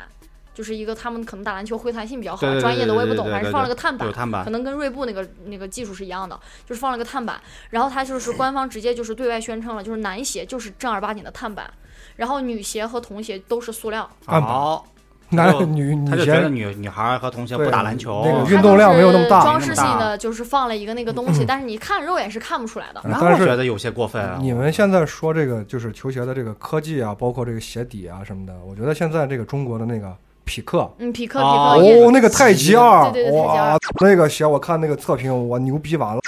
就是一个他们可能打篮球回弹性比较好，对对对专业的我也不懂，对对对反正对放了个碳板有，碳板可，能跟锐步那个那个技术是一样的，就是放了个碳板，然后它就是官方直接就是对外宣称了，就是男鞋就是正儿八经的碳板，然后女鞋和童鞋都是塑料，按吧好，男就女啊他女就觉得鞋女女孩儿和同学对不打篮球，那个它运动量没有那么大嗯就是装饰性没那么的就是放了一个那个东西，但是你看肉眼是看不出来的。那但我是觉得有些过分啊，你们现在说这个就是球鞋的这个科技啊，包括这个鞋底啊什么的，我觉得现在这个中国的那个匹克，嗯，匹克匹哦克也哦，那个太极二，对对对太极二哇，那个鞋我看那个测评，我牛逼完了，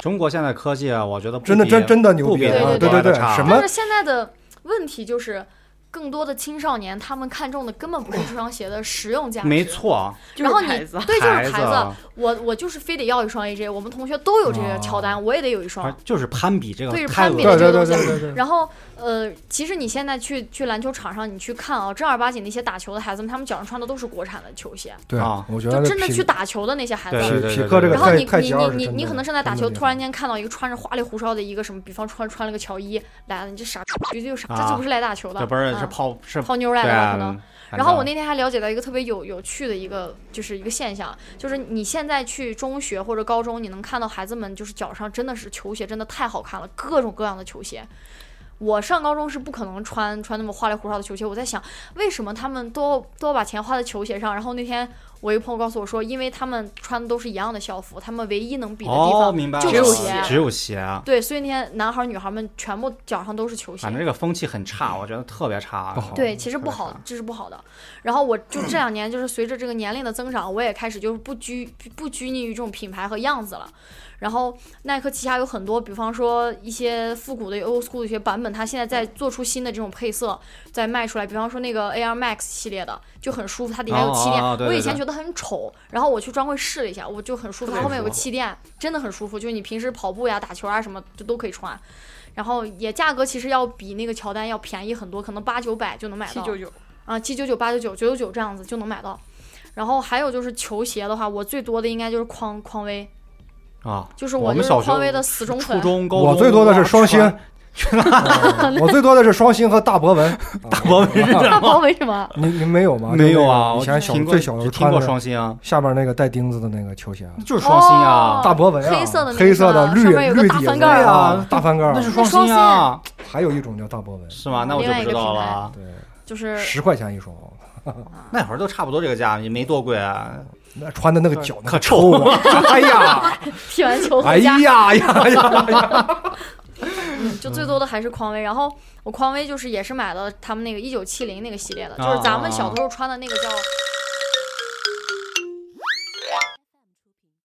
中国现在科技啊，我觉得不真的比真真的牛不逼比对啊！国对外对的对，差什么但是现在的问题就是，更多的青少年他们看重的根本不是这双鞋的实用价值，没。错，然后你牌 子，对，就是牌子啊子，，我我就是非得要一双 AJ，我们同学都有这个乔哦丹，我也得有一反双。正就是攀比这个对是太攀比恶对心了这对个对东对西对对，然后，呃，其实你现在去去篮球场上，你去看啊，正儿八经那些打球的孩子们，他们脚上穿的都是国产的球鞋，对啊我觉就得真的匹去打球的那些孩子，对对匹嗯匹克这个然后太你太你极二你是你真你可的能正在打真球，的突然间看到一个穿着花里胡哨的一个什么，比方穿穿了个乔伊来了，你这傻逼就傻，啊这就不是来打球的，这不是是嗯泡是泡妞来对的吧啊可能。，然后我那天还了解到一个特别有有趣的一个就是一个现象，就是你现在去中学或者高中，你能看到孩子们就是脚上真的是球鞋，真的太好看了，各种各样的球鞋。我上高中是不可能穿穿那么花里胡哨的球鞋，我在想为什么他们都要都要把钱花在球鞋上。然后那天我一个朋友告诉我说，因为他们穿的都是一样的校服，他们唯一能比的地哦方明白了，就是鞋。只有鞋啊，对，所以那天男孩儿女孩儿们全部脚上都是球鞋反。正这个风气很差，我觉得特别差，啊不好对，其实不特别好差，这是不好的。然后我就 这两年，就是随着这个年龄的增长，我也开始就是不拘不不拘泥于这种品牌和样子了。然后耐克旗下有很多，比方说一些复古的 old school 的一些版本，它现在在嗯做出新的这种配色，再卖出来。比方说那个 Air Max 系列的就很舒服，它底下有气垫。哦哦哦对对我以前对觉得很丑，然后我去专柜试了一下，我就很舒服。它后面有个气垫，真的很舒服，就是你平时跑步呀、打球啊什么就都可以穿。然后也价格其实要比那个乔丹要便宜很多，可能八九百就能买七到。九九，啊，七九九、八九九、九九九这样子就能买到。然后还有就是球鞋的话，我最多的应该就是匡匡威，啊，就是我就们是小学匡威的死忠初 粉。中、高中我最多的是双星哇， 我最多的是双星和大博文。大博 文是大什么？包为什么？你你没有吗？没有啊，就我啊是那个只以前小听过最小的时只听候穿过的双星啊，下面那个带钉子的那个球鞋啊，就是双星啊，哦大博文啊，黑色的那个黑色的是吧绿上面有个绿大底翻子盖儿啊啊，大翻盖儿那是双星啊那，还有一种叫大博文，是吗？那我就不知道了。对，就是十块钱一双，那会儿都差不多这个价，也没多贵啊。那穿的那个脚那可个臭臭啊！哎呀，踢完球哎回家，呀呀呀！就最多的还是匡威。然后我匡威就是也是买了他们那个一九七零那个系列的，就啊是咱们小的时候穿的那个叫